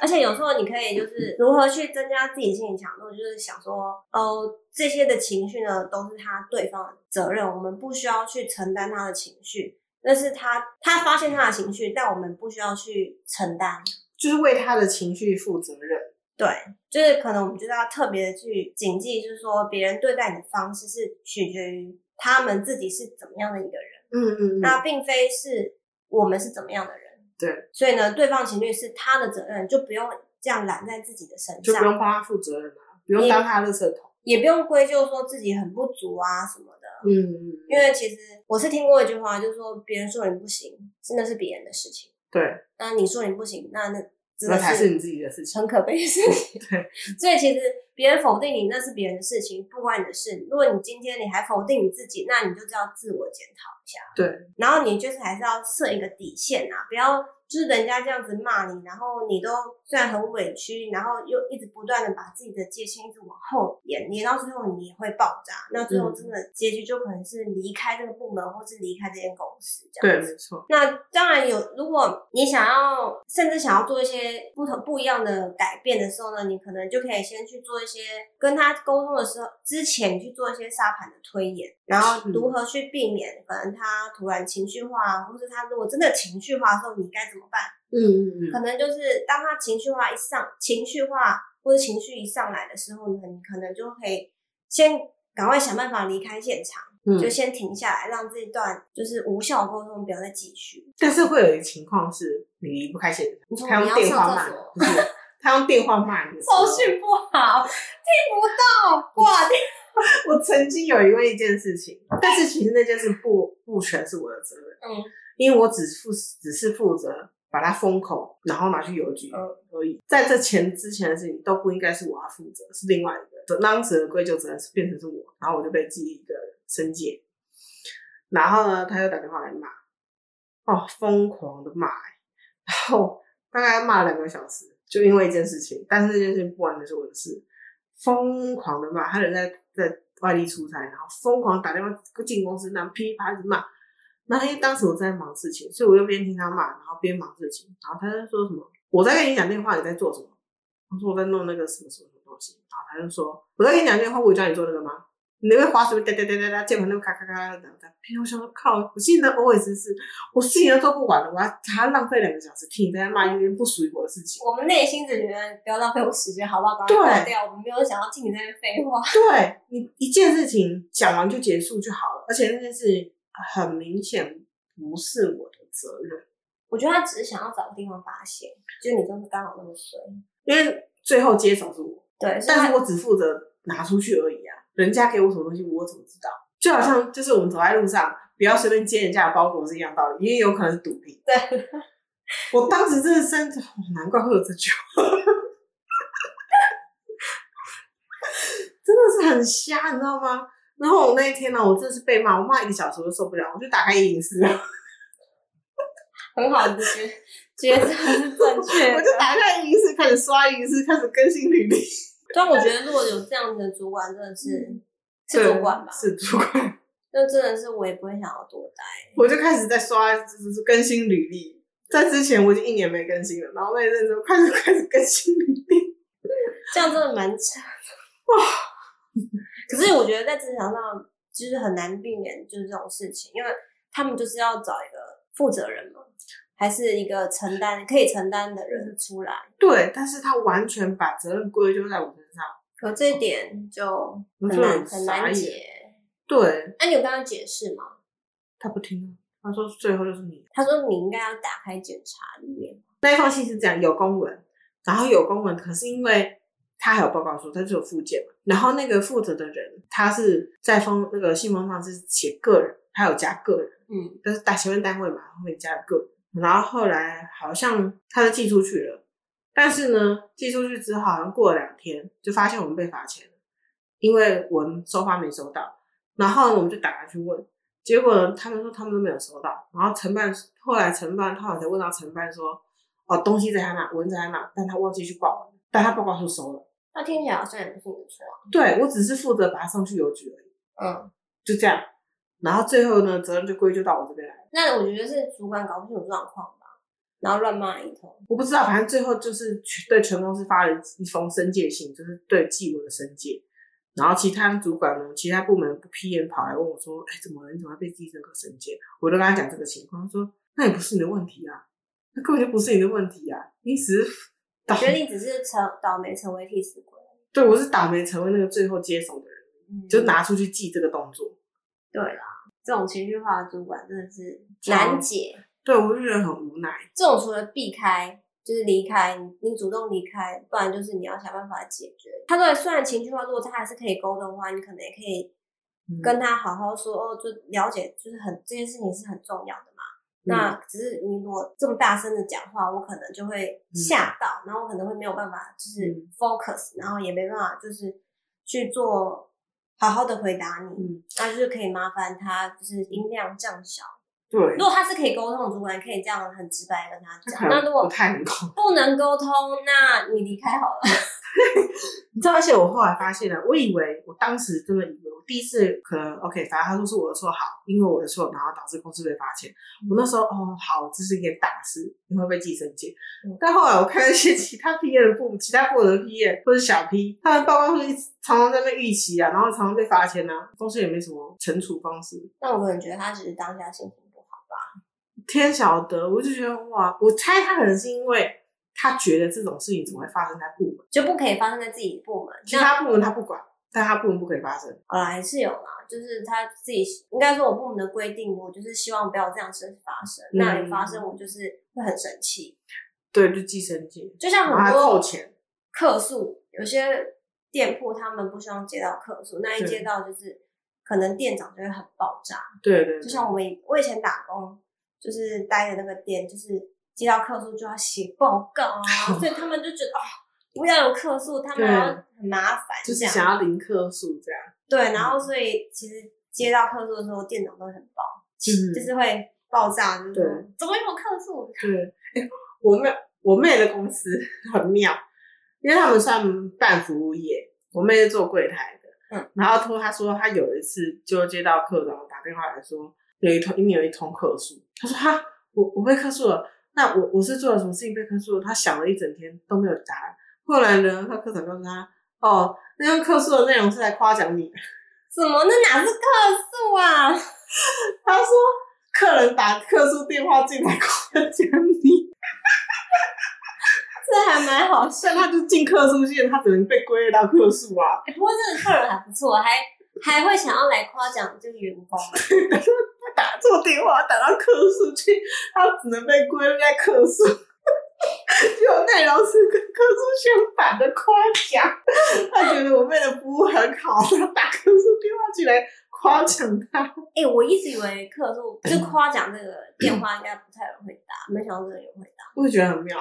[SPEAKER 4] 而且有时候你可以就是
[SPEAKER 3] 嗯
[SPEAKER 4] 如何去增加自己心理强度，就是想说，哦，这些的情绪呢都是他对方的责任，我们不需要去承担他的情绪。那是他他发现他的情绪，但我们不需要去承担。
[SPEAKER 3] 就是为他的情绪负责任，
[SPEAKER 4] 对，就是可能我们就是要特别的去谨记，就是说别人对待你的方式是取决于他们自己是怎么样的一个人，
[SPEAKER 3] 嗯嗯
[SPEAKER 4] 那并非是我们是怎么样的人。
[SPEAKER 3] 对，
[SPEAKER 4] 所以呢，对方情绪是他的责任，就不用这样揽在自己的身
[SPEAKER 3] 就不用
[SPEAKER 4] 上，
[SPEAKER 3] 帮他负责任了，不用当他的垃圾桶，
[SPEAKER 4] 也不用归咎说自己很不足啊什么的。
[SPEAKER 3] 嗯嗯，嗯
[SPEAKER 4] 因为其实我是听过一句话，就是说别人说你不行，真的是别人的事情。
[SPEAKER 3] 对，
[SPEAKER 4] 那你说你不行，那那真
[SPEAKER 3] 那
[SPEAKER 4] 的
[SPEAKER 3] 才是你自己的事情，
[SPEAKER 4] 很可悲的事情。
[SPEAKER 3] 对，
[SPEAKER 4] 所以其实别人否定你那是别人的事情，不关你的事。如果你今天你还否定你自己，那你就是要自我检讨一下。
[SPEAKER 3] 对，
[SPEAKER 4] 然后你就是还是要设一个底线啊，不要就是人家这样子骂你，然后你都虽然很委屈，然后又一直不断的把自己的界限一直往后延，延到最后你也会爆炸。那最后
[SPEAKER 3] 嗯
[SPEAKER 4] 真的结局就可能是离开这个部门，或是离开这间公司这
[SPEAKER 3] 对，
[SPEAKER 4] 样子。
[SPEAKER 3] 没错，
[SPEAKER 4] 那当然有，如果你想要甚至想要做一些不同不一样的改变的时候呢，你可能就可以先去做一些跟他沟通的时候之前去做一些沙盘的推演，然后
[SPEAKER 3] 是
[SPEAKER 4] 如何去避免可能他突然情绪化，啊或是他如果真的情绪化的时候，你该怎么办？
[SPEAKER 3] 嗯嗯
[SPEAKER 4] 可能就是当他情绪化一上，情绪化或者情绪一上来的时候呢，你可能就可以先赶快想办法离开现场，
[SPEAKER 3] 嗯
[SPEAKER 4] 就
[SPEAKER 3] 嗯，
[SPEAKER 4] 先停下来，让这一段就是无效沟通不要再继续。
[SPEAKER 3] 但是会有一个情况是你离不开现
[SPEAKER 4] 你
[SPEAKER 3] 场，
[SPEAKER 4] 说
[SPEAKER 3] 他
[SPEAKER 4] 你
[SPEAKER 3] 用
[SPEAKER 4] 要
[SPEAKER 3] 电话
[SPEAKER 4] 上
[SPEAKER 3] 骂
[SPEAKER 4] 厕
[SPEAKER 3] 你，
[SPEAKER 4] 所
[SPEAKER 3] 不是，他用电话骂你的时候，
[SPEAKER 4] 手续不好，听不到，挂掉。
[SPEAKER 3] *laughs* 我曾经有因为一件事情，但是其实那件事不不全是我的责任，
[SPEAKER 4] 嗯，
[SPEAKER 3] 因为我只负只是负责把它封口，然后拿去邮局而已。在这前之前的事情都不应该是我要负责，是另外一个人。当时的归咎责任是变成是我，然后我就被记一个申诫。然后呢，他又打电话来骂，哦，疯狂的骂、欸然后大概骂了两个小时，就因为一件事情，但是这件事情不完全是我的事，疯狂的骂，他人在在外地出差，然后疯狂打电话进公司，那样噼里啪啦一直骂。然后因为当时我在忙事情，所以我就边听他骂，然后边忙事情。然后他就说什么：“我在跟你讲电话，你在做什么？”我说：“我在弄那个什么什么什么东西。”然后他就说：“我在跟你讲电话，我有叫你做那个吗？你那边滑鼠哒哒哒哒哒，键盘那边咔咔咔咔哒哒。”哎，我想说靠， *laughs* 我现在 always 是我事情都做不完了，我还还要浪费两个小时听你在那骂一件不属于我的事情。
[SPEAKER 4] 我们内心只觉得不要浪费我时间，好不好？赶快
[SPEAKER 3] 对
[SPEAKER 4] 挂掉，我们没有想要听你在那边废话。
[SPEAKER 3] 对你一件事情讲完就结束就好了，而且那件事情很明显不是我的责任。
[SPEAKER 4] 我觉得他只是想要找个地方发泄，就你就是刚好那么衰。
[SPEAKER 3] 因为最后接手是我，
[SPEAKER 4] 对，所以
[SPEAKER 3] 但
[SPEAKER 4] 他
[SPEAKER 3] 是我只负责拿出去而已啊。人家给我什么东西，我怎么知道？就好像就是我们走在路上，不要随便接人家的包裹是一样道理，因为有可能是毒品。
[SPEAKER 4] 对，
[SPEAKER 3] 我当时真的生，哦难怪会有这句话，真的是很瞎，你知道吗？然后我那一天呢，我真的是被骂，我骂一个小时我就受不了，我就打开影视，
[SPEAKER 4] 很好的决 *laughs* 决策是正确 *laughs*
[SPEAKER 3] 我就
[SPEAKER 4] 的。
[SPEAKER 3] 打开影视开始刷影视，开始更新履历。
[SPEAKER 4] 但我觉得如果有这样子的主管，真的是、是主管吧
[SPEAKER 3] 对，是主管。
[SPEAKER 4] 那真的是我也不会想要多待。
[SPEAKER 3] 我就开始在刷，就是更新履历。在之前我已经一年没更新了，然后那一阵子我开始 *laughs* 开始更新履历。
[SPEAKER 4] 这样真的蛮差的。可是我觉得在职场上就是很难避免就是这种事情，因为他们就是要找一个负责人嘛，还是一个承担可以承担的人出来。
[SPEAKER 3] 对，但是他完全把责任归咎在我身上。
[SPEAKER 4] 可这一点就很
[SPEAKER 3] 我觉得
[SPEAKER 4] 难
[SPEAKER 3] 很
[SPEAKER 4] 很
[SPEAKER 3] 傻
[SPEAKER 4] 难
[SPEAKER 3] 眼
[SPEAKER 4] 解。
[SPEAKER 3] 对
[SPEAKER 4] 那、你有跟他解释吗？
[SPEAKER 3] 他不听啊，他说最后就是你。
[SPEAKER 4] 他说你应该要打开检查里面。
[SPEAKER 3] 那一封信是这样，有公文，然后有公文，可是因为他还有报告书，他就有附件嘛。然后那个负责的人，他是在封那个信封上是写个人，还有加个人。
[SPEAKER 4] 嗯，
[SPEAKER 3] 但是打前面单位嘛，后面加了个，然后后来好像他就寄出去了，但是呢，寄出去之后好像过了两天，就发现我们被罚钱了，因为我们收发没收到，然后我们就打来去问，结果呢他们说他们都没有收到，然后承办后来承办他好像问到承办说，哦东西在他那，文在他那，但他忘记去报了，但他报告书收了，
[SPEAKER 4] 那听起来好像也不是你的错啊。
[SPEAKER 3] 对我只是负责把他送去邮局而已，
[SPEAKER 4] 嗯，
[SPEAKER 3] 就这样，然后最后呢责任就归咎到我这边来。
[SPEAKER 4] 那我觉得是主管搞不清楚状况吧，然后乱骂一通。
[SPEAKER 3] 我不知道，反正最后就是全对全公司发了一封申诫信，就是对纪委的申诫。然后其他主管呢，其他部门不批眼跑来问我说：“哎，怎么了？你怎么被记这个申诫？”我就跟他讲这个情况，他说：“那也不是你的问题啊，那根本就不是你的问题啊，你只是
[SPEAKER 4] 我
[SPEAKER 3] 倒
[SPEAKER 4] 觉得你只是成倒霉成为替死鬼。
[SPEAKER 3] 对我是倒霉成为那个最后接手的人，
[SPEAKER 4] 嗯
[SPEAKER 3] 就拿出去记这个动作。
[SPEAKER 4] 对啦，这种情绪化的主管真的是难解。
[SPEAKER 3] 对我就觉得很无奈。
[SPEAKER 4] 这种除了避开，就是离开，你你主动离开，不然就是你要想办法解决。他对虽然情绪化，如果他还是可以沟通的话，你可能也可以
[SPEAKER 3] 嗯
[SPEAKER 4] 跟他好好说哦，就了解，就是很这件事情是很重要的嘛。
[SPEAKER 3] 嗯
[SPEAKER 4] 那只是你如果这么大声的讲话，我可能就会吓到，然后我可能会没有办法就是
[SPEAKER 3] 嗯
[SPEAKER 4] focus，、然后也没办法就是去做好好的回答你。
[SPEAKER 3] 嗯，
[SPEAKER 4] 那就是可以麻烦他，就是音量降小。
[SPEAKER 3] 对
[SPEAKER 4] 如，果他是可以沟通的主管，可以这样很直白地跟他
[SPEAKER 3] 他 *laughs*
[SPEAKER 4] 讲。
[SPEAKER 3] 可
[SPEAKER 4] 那
[SPEAKER 3] 能
[SPEAKER 4] 如果
[SPEAKER 3] 不太能够
[SPEAKER 4] 不能沟通，那你离开好了。
[SPEAKER 3] 你知道，而且我后来发现了，我以为我当时真的以为，我第一次可能 OK，反正他说是我的错，好，因为我的错，然后导致公司被罚钱。我那时候哦，好，这是一件大事，你会被寄生界。
[SPEAKER 4] 嗯
[SPEAKER 3] 但后来我看那些其他 P 的部，其他部门的 P 或者小 P，他们报告会常常在那边逾期啊，然后常常被罚钱啊，公司也没什么惩处方式。
[SPEAKER 4] 那我可能觉得他只是当下心情不好吧。
[SPEAKER 3] 天晓得，我就觉得哇，我猜他可能是因为他觉得这种事情怎么会发生在部门，
[SPEAKER 4] 就不可以发生在自己部门。
[SPEAKER 3] 其
[SPEAKER 4] 那
[SPEAKER 3] 他部门他不管，但他部门不可以发生。
[SPEAKER 4] 好啦，还是有啦，就是他自己应该说，我部门的规定，我就是希望不要这样事发生。
[SPEAKER 3] 嗯
[SPEAKER 4] 那有发生，我就是会很生气。
[SPEAKER 3] 对，就寄生界。
[SPEAKER 4] 就像
[SPEAKER 3] 然后还
[SPEAKER 4] 很
[SPEAKER 3] 扣
[SPEAKER 4] 多
[SPEAKER 3] 啊钱。
[SPEAKER 4] 客诉，有些店铺他们不希望接到客诉，那一
[SPEAKER 3] 对
[SPEAKER 4] 接到就是可能店长就会很爆炸。
[SPEAKER 3] 对对对，
[SPEAKER 4] 就像我们以我以前打工，就是待的那个店，就是接到客诉就要写报告啊，
[SPEAKER 3] *laughs*
[SPEAKER 4] 所以他们就觉得哦，不要有客诉，他们
[SPEAKER 3] 对
[SPEAKER 4] 要很麻烦，
[SPEAKER 3] 就是
[SPEAKER 4] 这样
[SPEAKER 3] 想要零克数这样。
[SPEAKER 4] 对，然后所以其实接到客诉的时候，店长都会很爆，
[SPEAKER 3] 嗯
[SPEAKER 4] 就是会爆炸，就是
[SPEAKER 3] 对
[SPEAKER 4] 说怎么有客诉？*laughs*
[SPEAKER 3] 对，哎我妹我妹的公司很妙，因为他们算半服务业，我妹是做柜台的。
[SPEAKER 4] 嗯，
[SPEAKER 3] 然后她她说她有一次就接到客人打电话来说，有一通一年有一通客诉，她说哈，我我被客诉了，那我我是做了什么事情被客诉了？她想了一整天都没有答案。后来呢，她科长告诉她，哦，那份客诉的内容是来夸奖你。
[SPEAKER 4] 怎么那哪是客诉啊？ *laughs*
[SPEAKER 3] 她说客人打客诉电话进来夸奖你。
[SPEAKER 4] 这还蛮好笑
[SPEAKER 3] 但。他就进客数线，他只能被归类到客数啊。
[SPEAKER 4] 哎不过这个客人还不错，还还会想要来夸奖这个员工。啊
[SPEAKER 3] 他打错电话打到客数去，他只能被归类在客数。结果内容是跟客数相反的夸奖，他觉得我妹的服务很好，他打客数电话进来夸奖他。
[SPEAKER 4] 哎、我一直以为客诉就夸奖这个电话应该不太有人会打，没想到这个有人会打。
[SPEAKER 3] 我也觉得很妙。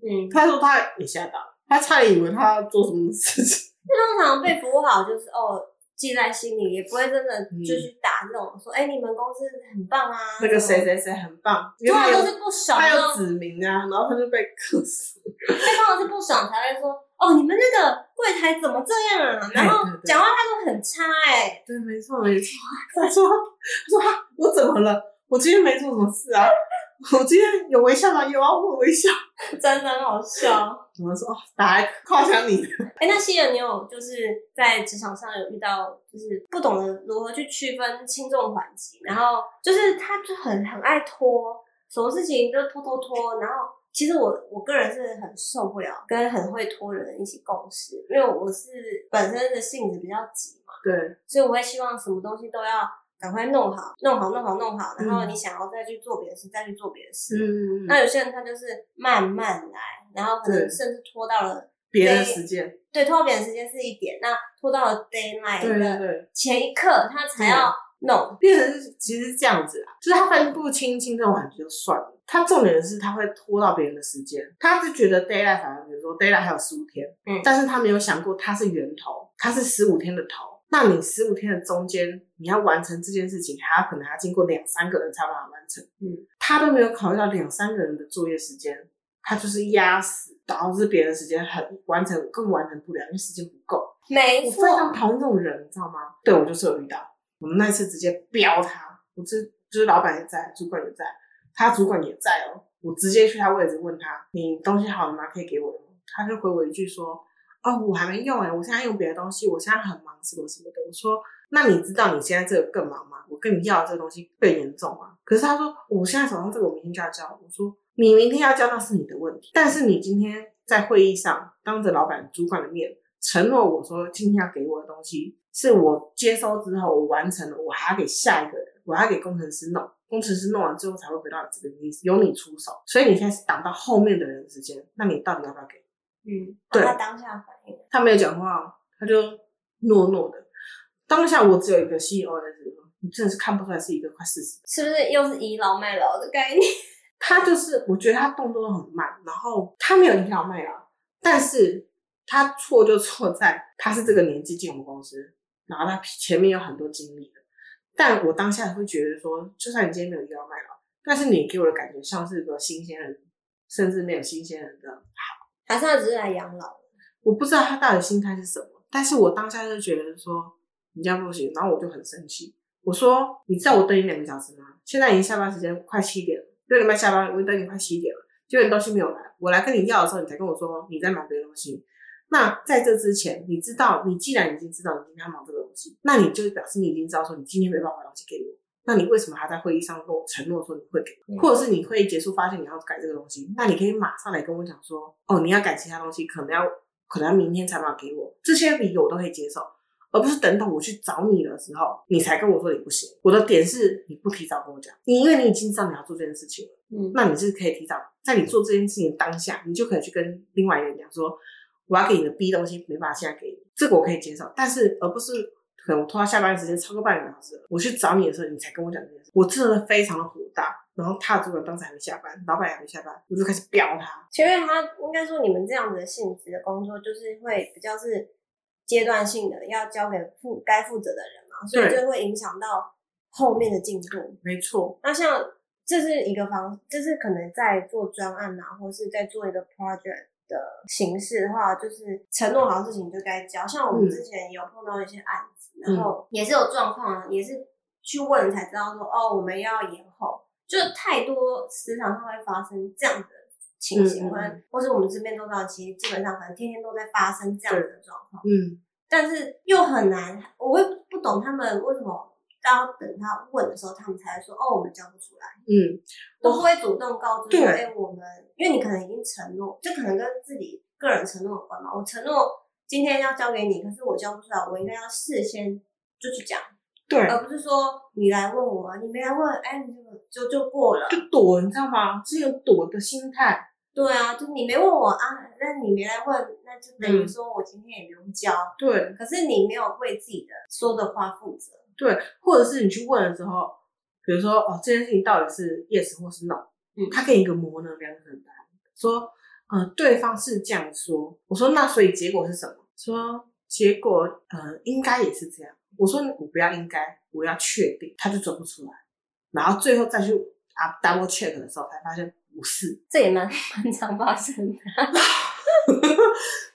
[SPEAKER 4] 嗯，
[SPEAKER 3] 他说他也吓到，他差点以为他要做什么事情。
[SPEAKER 4] 通常被服务好就是哦。记在心里，也不会真的就去打这种、说，哎、你们公司很棒啊。
[SPEAKER 3] 嗯那个
[SPEAKER 4] 什
[SPEAKER 3] 谁
[SPEAKER 4] 么，
[SPEAKER 3] 谁谁很棒，因为
[SPEAKER 4] 通
[SPEAKER 3] 他
[SPEAKER 4] 常
[SPEAKER 3] 有
[SPEAKER 4] 都啊是不爽，
[SPEAKER 3] 他
[SPEAKER 4] 然
[SPEAKER 3] 有
[SPEAKER 4] 后
[SPEAKER 3] 指名啊，然后他就被客诉。
[SPEAKER 4] 对方是不爽才会说，哦，你们那个柜台怎么这样啊？然后
[SPEAKER 3] 对对对
[SPEAKER 4] 讲话态度很差、哎，
[SPEAKER 3] *laughs* 对，没错没错。 *laughs* 他说他说啊我怎么了？我今天没做什么事啊。我今天有微笑吗？有啊，我微笑。
[SPEAKER 4] *laughs* 真的很好 *laughs* 笑。
[SPEAKER 3] 我们说哦，打来夸奖你。 *laughs*
[SPEAKER 4] 哎、那希尔，你有就是在职场上有遇到，就是不懂得如何去区分轻重缓急，然后就是他就很很爱拖，什么事情都拖拖拖，然后。其实我我个人是很受不了跟很会拖的人一起共事，因为我是本身的性子比较急嘛，
[SPEAKER 3] 对，
[SPEAKER 4] 所以我会希望什么东西都要赶快弄好，弄好，弄好，弄好，然后你想要再去做别的事，再去做别的事。
[SPEAKER 3] 嗯，
[SPEAKER 4] 那有些人他就是慢慢来，然后可能
[SPEAKER 3] 对
[SPEAKER 4] 甚至拖到了
[SPEAKER 3] 别的时间，
[SPEAKER 4] 对拖到别人时间是一点，那拖到了 d a y l i
[SPEAKER 3] 对
[SPEAKER 4] g h
[SPEAKER 3] 对
[SPEAKER 4] t 的
[SPEAKER 3] 对，
[SPEAKER 4] 前一刻他才要弄。
[SPEAKER 3] 变成是其实是这样子啊，就是他分不清轻重缓急就算了，他重点是他会拖到别人的时间，他是觉得 d a y l i g h t 反而比如说 d a y l i g h t 还有十五天，
[SPEAKER 4] 嗯
[SPEAKER 3] 但是他没有想过他是源头，他是十五天的头。那你十五天的中间，你要完成这件事情，还要可能还要经过两三个人才把它完成。嗯，他都没有考虑到两三个人的作业时间，他就是压死，导致别人时间很完成更完成不了，因为时间不够。
[SPEAKER 4] 没
[SPEAKER 3] 我
[SPEAKER 4] 错
[SPEAKER 3] 非，常讨厌这种人，你知道吗？对我就是有遇到，我们那次直接飙他，我这就是老板也在，主管也在，他主管也在哦，我直接去他位置问他，你东西好了吗？可以给我吗？他就回我一句说，哦，我还没用哎、我现在用别的东西，我现在很忙，什么什么的。我说，那你知道你现在这个更忙吗？我跟你要的这个东西更严重吗？可是他说，我现在手上这个我明天就要交。我说，你明天要交那是你的问题，但是你今天在会议上当着老板、主管的面承诺我说今天要给我的东西，是我接收之后我完成了，我还要给下一个人，我还要给工程师弄。工程师弄完之后才会回到你这边，你由你出手，所以你现在是挡到后面的人的时间，那你到底要不要给？
[SPEAKER 4] 嗯，
[SPEAKER 3] 对
[SPEAKER 4] 他当下反应，
[SPEAKER 3] 他没有讲话，哦他就懦懦的。当下我只有一个 E CEO 的时候，哦你真的是看不出来是一个快四十。
[SPEAKER 4] 是不是又是倚老卖老的概念？ *laughs*
[SPEAKER 3] 他就是，我觉得他动作都很慢，然后他没有倚老卖老，啊但是他错就错在他是这个年纪进我们公司，然后他前面有很多经历的。但我当下会觉得说，就算你今天没有倚老卖老，啊但是你给我的感觉像是个新鲜人，甚至没有新鲜人的
[SPEAKER 4] 还是他只是来养老？
[SPEAKER 3] 我不知道他到底心态是什么，但是我当下就觉得说你这样不行，然后我就很生气，我说你知道我等你两个小时吗？现在已经下班时间快七点了，六点半下班，我等你快七点了，结果你东西没有来，我来跟你要的时候，你才跟我说你在忙别的东西。那在这之前，你知道，你既然已经知道你今天要忙这个东西，那你就表示你已经知道说你今天没办法把东西给我。那你为什么还在会议上跟我承诺说你会给
[SPEAKER 4] 嗯
[SPEAKER 3] 我，或者是你会议结束发现你要改这个东西，那你可以马上来跟我讲说，哦，你要改其他东西，可能要可能要明天才把它给我，这些理由我都可以接受，而不是等到我去找你的时候，你才跟我说你不行。我的点是你不提早跟我讲，你因为你已经知道你要做这件事情了，
[SPEAKER 4] 嗯，
[SPEAKER 3] 那你是可以提早在你做这件事情当下，你就可以去跟另外一个人讲说，我要给你的 B 东西没办法现在给你，这个我可以接受，但是而不是可能拖到下班时间超过半个小时，我去找你的时候，你才跟我讲这件事，我真的非常的火大。然后他的主管当时还没下班，老板还没下班，我就开始飙他。
[SPEAKER 4] 前面他应该说你们这样子的性质的工作，就是会比较是阶段性的，要交给负该负责的人嘛，所以
[SPEAKER 3] 对
[SPEAKER 4] 就会影响到后面的进度。
[SPEAKER 3] 没错，
[SPEAKER 4] 那像这是一个方，这是可能在做专案啊，或是在做一个 project 的形式的话，就是承诺好事情就该交。像我们
[SPEAKER 3] 嗯
[SPEAKER 4] 之前有碰到一些案子，然后也是有状况，啊，也是去问才知道说哦，我们要延后，就是太多时常上会发生这样的。情形，
[SPEAKER 3] 嗯嗯
[SPEAKER 4] 或、
[SPEAKER 3] 嗯
[SPEAKER 4] 或是我们这边都知道，其实基本上可能天天都在发生这样的状况。
[SPEAKER 3] 嗯，
[SPEAKER 4] 但是又很难，我也不懂他们为什么要等他问的时候，他们才说哦，我们交不出来，
[SPEAKER 3] 嗯，
[SPEAKER 4] 都不会主动告知
[SPEAKER 3] 对
[SPEAKER 4] 说，哎、我们因为你可能已经承诺，这可能跟自己个人承诺有关嘛。我承诺今天要交给你，可是我交不出来，我应该要事先就去讲，
[SPEAKER 3] 对，
[SPEAKER 4] 而不是说你来问我，你没来问，哎、你就就就过了。
[SPEAKER 3] 就躲，你知道吗？是有躲的心态。
[SPEAKER 4] 对啊，就你没问我啊，那你没来问，那就等于说我今天也不用交。
[SPEAKER 3] 对，
[SPEAKER 4] 可是你没有为自己的说的话负责。
[SPEAKER 3] 对，或者是你去问的时候，比如说哦，这件事情到底是 yes 或是 no，
[SPEAKER 4] 嗯
[SPEAKER 3] 他给你一个模棱两可的答案，说，呃，对方是这样说，我说那所以结果是什么？说结果呃应该也是这样，我说我不要应该，我要确定，他就走不出来，然后最后再去啊 double check 的时候才发现不是，
[SPEAKER 4] 这也蛮 *laughs* 蛮常发生的。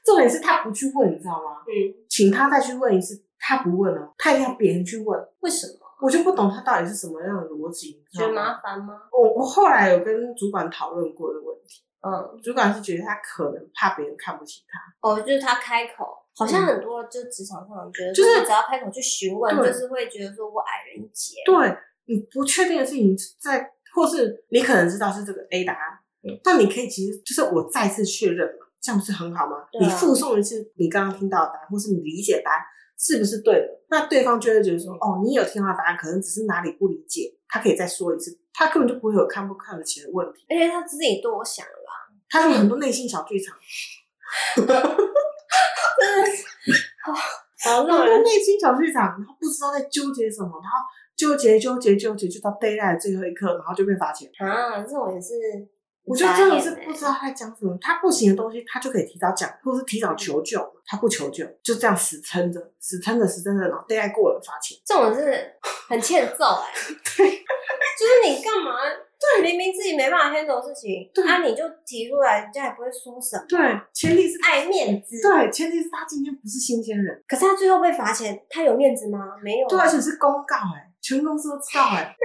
[SPEAKER 3] 重点是他不去问，你知道吗？
[SPEAKER 4] 嗯，
[SPEAKER 3] 请他再去问一次，他不问哦，他一定要别人去问，
[SPEAKER 4] 为什么？
[SPEAKER 3] 我就不懂他到底是什么样的逻辑，你知
[SPEAKER 4] 觉
[SPEAKER 3] 道
[SPEAKER 4] 得
[SPEAKER 3] 吗？
[SPEAKER 4] 麻烦吗？
[SPEAKER 3] 我我后来有跟主管讨论过的问题，
[SPEAKER 4] 嗯，
[SPEAKER 3] 主管是觉得他可能怕别人看不起他，
[SPEAKER 4] 哦，就是他开口，好像很多就职场上人觉得，
[SPEAKER 3] 嗯就是
[SPEAKER 4] 只要开口去询问，
[SPEAKER 3] 对
[SPEAKER 4] 就是会觉得说我矮人一截。
[SPEAKER 3] 对你不确定的事情在，或是你可能知道是这个 A 答案，但你可以其实就是我再次确认嘛，这样不是很好吗？
[SPEAKER 4] 对啊
[SPEAKER 3] 你附送一次你刚刚听到的答案，或是你理解的答案是不是对的？那对方就会觉得说，哦，你有听到答案，可能只是哪里不理解，他可以再说一次，他根本就不会有看不看得起的问题，
[SPEAKER 4] 而且他自己多想了吧，
[SPEAKER 3] 他有很多内心小剧场，
[SPEAKER 4] 好
[SPEAKER 3] 然后就内心小剧场，然后不知道在纠结什么，然后纠结纠结纠结，就到 d a y l i g h t 最后一刻，然后就被罚钱。
[SPEAKER 4] 啊，这种也是，
[SPEAKER 3] 我觉得真的是不
[SPEAKER 4] 欸
[SPEAKER 3] 知道他在讲什么，他不行的东西，他就可以提早讲，或是提早求救，他不求救，就这样死撑着，死撑着，死撑着，然后 d a y l i g h t 过了罚钱。
[SPEAKER 4] 这种是很欠揍
[SPEAKER 3] *laughs*
[SPEAKER 4] 哎、就是你干嘛？对，明明自己没办法 handle 事情，
[SPEAKER 3] 对
[SPEAKER 4] 啊，你就提出来，人家也不会说什么。
[SPEAKER 3] 对，前提是
[SPEAKER 4] 爱面子。，
[SPEAKER 3] 对，前提是他今天不是新鲜人，
[SPEAKER 4] 可是他最后被罚钱，他有面子吗？没有啊。
[SPEAKER 3] 对，而且是公告哎、全公司都知道哎、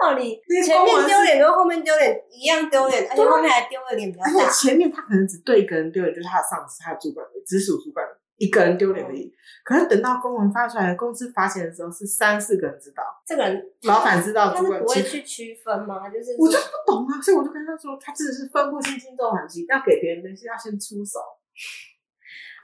[SPEAKER 4] 道理
[SPEAKER 3] 那，些
[SPEAKER 4] 前
[SPEAKER 3] 公
[SPEAKER 4] 面
[SPEAKER 3] 文
[SPEAKER 4] 丢
[SPEAKER 3] 是
[SPEAKER 4] 脸跟后面丢脸一样丢脸，而且
[SPEAKER 3] 对
[SPEAKER 4] 后面还丢了脸比较
[SPEAKER 3] 而且
[SPEAKER 4] 大。
[SPEAKER 3] 前面他可能只对一个人丢脸，就是他的上司、他的主管、直属主管一个人丢脸而已。可是等到公文发出来，公司罚钱的时候是三四个人知道，
[SPEAKER 4] 这个人
[SPEAKER 3] 老板知道，
[SPEAKER 4] 他
[SPEAKER 3] 主
[SPEAKER 4] 是
[SPEAKER 3] 管
[SPEAKER 4] 不
[SPEAKER 3] 知
[SPEAKER 4] 会
[SPEAKER 3] 道。
[SPEAKER 4] 去区分吗？就是
[SPEAKER 3] 我就
[SPEAKER 4] 说
[SPEAKER 3] 不懂啊，所以我就跟他说，他真的是分不清轻重缓急，要给别人的是要先出手，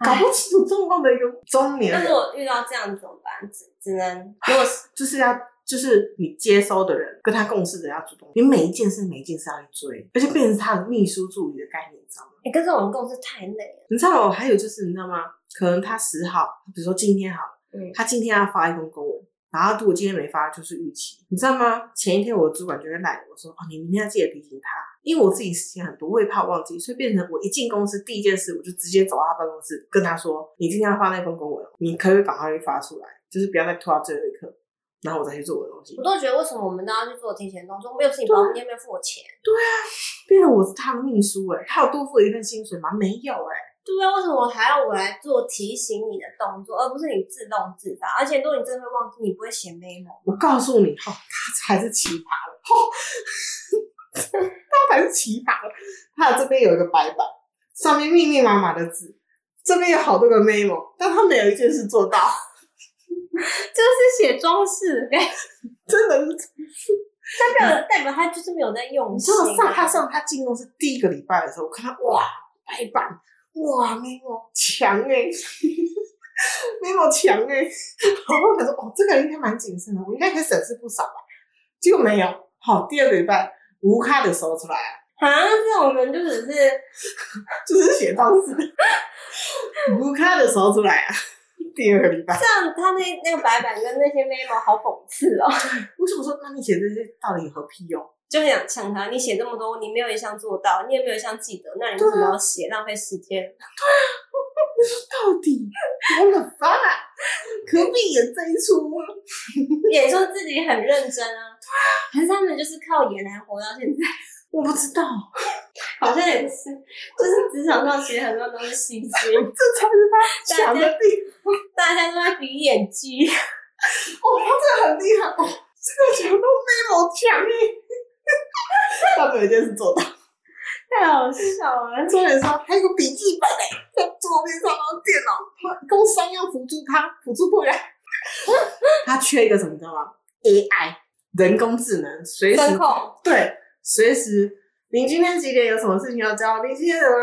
[SPEAKER 3] 搞
[SPEAKER 4] 唉
[SPEAKER 3] 不清楚状况的一个中年
[SPEAKER 4] 那如
[SPEAKER 3] 人，
[SPEAKER 4] 果遇到这样怎么办？只只能如果是
[SPEAKER 3] 就是要。就是你接收的人跟他共事的人要主动，你每一件事每一件事要去追，而且变成他的秘书助理的概念，你知道吗？
[SPEAKER 4] 你哎跟这种人共事太累了。
[SPEAKER 3] 你知道，还有就是你知道吗？可能他十号，比如说今天好了，
[SPEAKER 4] 嗯
[SPEAKER 3] 他今天要发一封公文，然后如果今天没发就是逾期，你知道吗？前一天我主管就会赖我说，哦，你明天要记得提醒他，因为我自己事情很多，我也怕忘记，所以变成我一进公司第一件事，我就直接走到他办公室跟他说，你今天要发那封公文，你可不可以赶快发出来，就是不要再拖到最后一刻，然后我再去做我的东西
[SPEAKER 4] 我。都觉得为什么我们都要去做提前动作？没有事情包，你有没有付我钱？
[SPEAKER 3] 变成我是他的秘书哎、他有多付一份薪水吗？没有哎、
[SPEAKER 4] 对啊，为什么还要我来做提醒你的动作，而不是你自动自发？而且如果你真的会忘记，你不会写 memo。
[SPEAKER 3] 我告诉你，哈、他才是奇葩了，哈、他才是奇葩了。他的这边有一个白板，上面密密麻麻的字，这边有好多个 memo，但他没有一件事做到，
[SPEAKER 4] 就是写装饰，哎
[SPEAKER 3] 真的是。
[SPEAKER 4] 代表代表他就是没有在用
[SPEAKER 3] 你知
[SPEAKER 4] 心
[SPEAKER 3] 道
[SPEAKER 4] 啊。
[SPEAKER 3] 上他上他进公司第一个礼拜的时候，我看他哇白板哇 memo 强哎、欸、，memo 强哎、欸，然后我想说哦这个人应该蛮谨慎的，我应该可以省事不少吧，结果没有。好，第二个礼拜无咖的搜出来了。
[SPEAKER 4] 啊，这种人就只是
[SPEAKER 3] 就是写当时不看的时候出来啊。第二个礼拜，
[SPEAKER 4] 这样，他那那个白板跟那些 memo 好讽刺哦，
[SPEAKER 3] 我想说，那你写这些到底有何屁用？
[SPEAKER 4] 就很想呛他，你写这么多，你没有一项做到，你也没有一项记得，那你为什么要写？浪费时间。 *laughs*
[SPEAKER 3] 到底我的发，啊何必演这一出啊吗？
[SPEAKER 4] 演说自己很认真啊，还是他们就是靠演来活到现在？
[SPEAKER 3] 我不知道，
[SPEAKER 4] *laughs* 好像也是，就是职场上其实很多都是戏剧， *laughs*
[SPEAKER 3] 这才是他想的地
[SPEAKER 4] 大家都在比演技。
[SPEAKER 3] 方。哦，他真的很厉害哦，这个角度没毛强耶。他们有一件事做到，
[SPEAKER 4] 太好笑了！
[SPEAKER 3] 重点是他还有个笔记本哎，在桌面上，然后电脑，他工商要辅助他，辅助不了。他缺一个什么，知道吗？AI 人工智能，随时
[SPEAKER 4] 声控，
[SPEAKER 3] 对，随时。您今天几点有什么事情要交？您今天怎么？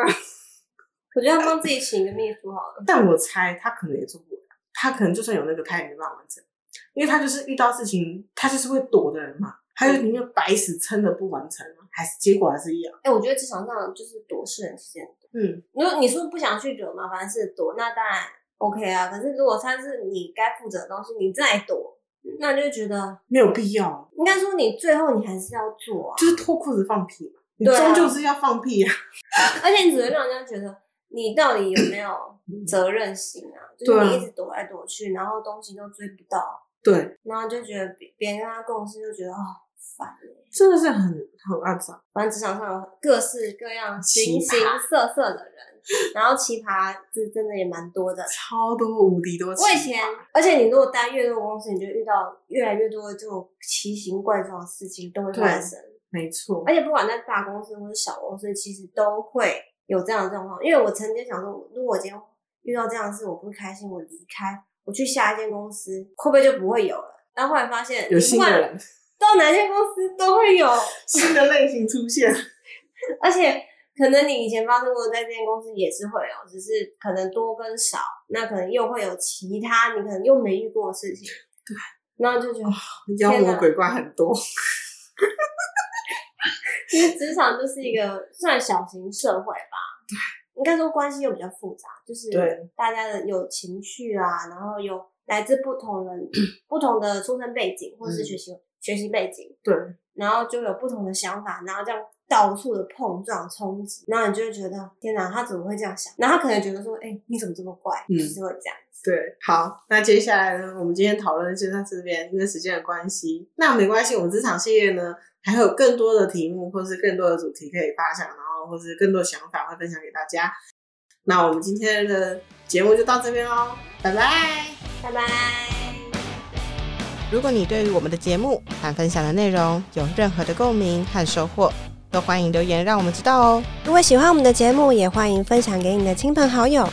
[SPEAKER 4] 我觉得他帮自己请一个秘书好了。
[SPEAKER 3] 但我猜他可能也做不完，他可能就算有那个，他也没办法完成，因为他就是遇到事情，他就是会躲的人嘛，他就宁愿白死撑着不完成，啊还是结果还是一样。
[SPEAKER 4] 哎、我觉得职场上就是躲是很现实。
[SPEAKER 3] 嗯，
[SPEAKER 4] 如果你说不想去惹麻烦是躲，那当然 OK 啊。可是如果他是你该负责的东西，你再躲，那就觉得
[SPEAKER 3] 没有必要，
[SPEAKER 4] 应该说你最后你还是要做啊，
[SPEAKER 3] 就是脱裤子放屁嘛，你
[SPEAKER 4] 对啊
[SPEAKER 3] 终究是要放屁啊。
[SPEAKER 4] 而且你只会让人家觉得你到底有没有责任心啊？就
[SPEAKER 3] 对
[SPEAKER 4] 是
[SPEAKER 3] 啊
[SPEAKER 4] 你一直躲来躲去，然后东西都追不到，
[SPEAKER 3] 对，
[SPEAKER 4] 然后就觉得别别人跟他共事就觉得哦烦欸。
[SPEAKER 3] 真的是很很肮脏。
[SPEAKER 4] 反正职场上有各式各样、形
[SPEAKER 3] 奇葩
[SPEAKER 4] 形色色的人，然后奇葩是真的也蛮多的。
[SPEAKER 3] 超多无敌多奇葩，
[SPEAKER 4] 我以前，而且你如果待越多公司，你就遇到越来越多这种奇形怪状的事情都会发生，
[SPEAKER 3] 没错，
[SPEAKER 4] 而且不管在大公司或者小公司，其实都会有这样的状况。因为我曾经想说，如果我今天遇到这样的事，我不开心，我离开，我去下一间公司，会不会就不会有了？然后后来发现，
[SPEAKER 3] 有
[SPEAKER 4] 不
[SPEAKER 3] 新的
[SPEAKER 4] 管
[SPEAKER 3] 人，
[SPEAKER 4] 到哪间公司都会有，
[SPEAKER 3] 新的类型出现。
[SPEAKER 4] 而且可能你以前发生过，在这间公司也是会有，只是可能多跟少，那可能又会有其他你可能又没遇过的事情。
[SPEAKER 3] 对，哦
[SPEAKER 4] 然后就觉得
[SPEAKER 3] 妖
[SPEAKER 4] 天
[SPEAKER 3] 魔
[SPEAKER 4] 哪
[SPEAKER 3] 鬼怪很多，
[SPEAKER 4] 其实职场就是一个算小型社会吧。对，应该说关系又比较复杂，就是
[SPEAKER 3] 对
[SPEAKER 4] 大家的有情绪啊，然后有来自不同人、不同的出身背景或是
[SPEAKER 3] 嗯
[SPEAKER 4] 学习、学习背景，
[SPEAKER 3] 对，
[SPEAKER 4] 然后就有不同的想法，然后这样到处的碰撞冲击，然后你就会觉得天哪，他怎么会这样想？然后他可能觉得说，哎、你怎么这么怪？
[SPEAKER 3] 嗯
[SPEAKER 4] 就是会这样。
[SPEAKER 3] 对，好，那接下来呢，我们今天讨论就到这边，因为时间的关系，那没关系，我们职场系列呢还会有更多的题目或是更多的主题可以发想，然后或是更多想法会分享给大家。那我们今天的节目就到这边喽，拜拜。
[SPEAKER 4] 拜拜。
[SPEAKER 2] 如果你对于我们的节目和分享的内容有任何的共鸣和收获，都欢迎留言让我们知道哦。
[SPEAKER 1] 如果喜欢我们的节目，也欢迎分享给你的亲朋好友，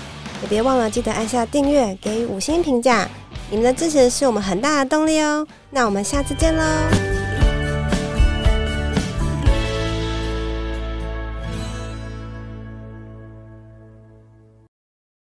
[SPEAKER 1] 也别忘了记得按下订阅，给予五星评价。你们的支持是我们很大的动力哦。那我们下次见喽。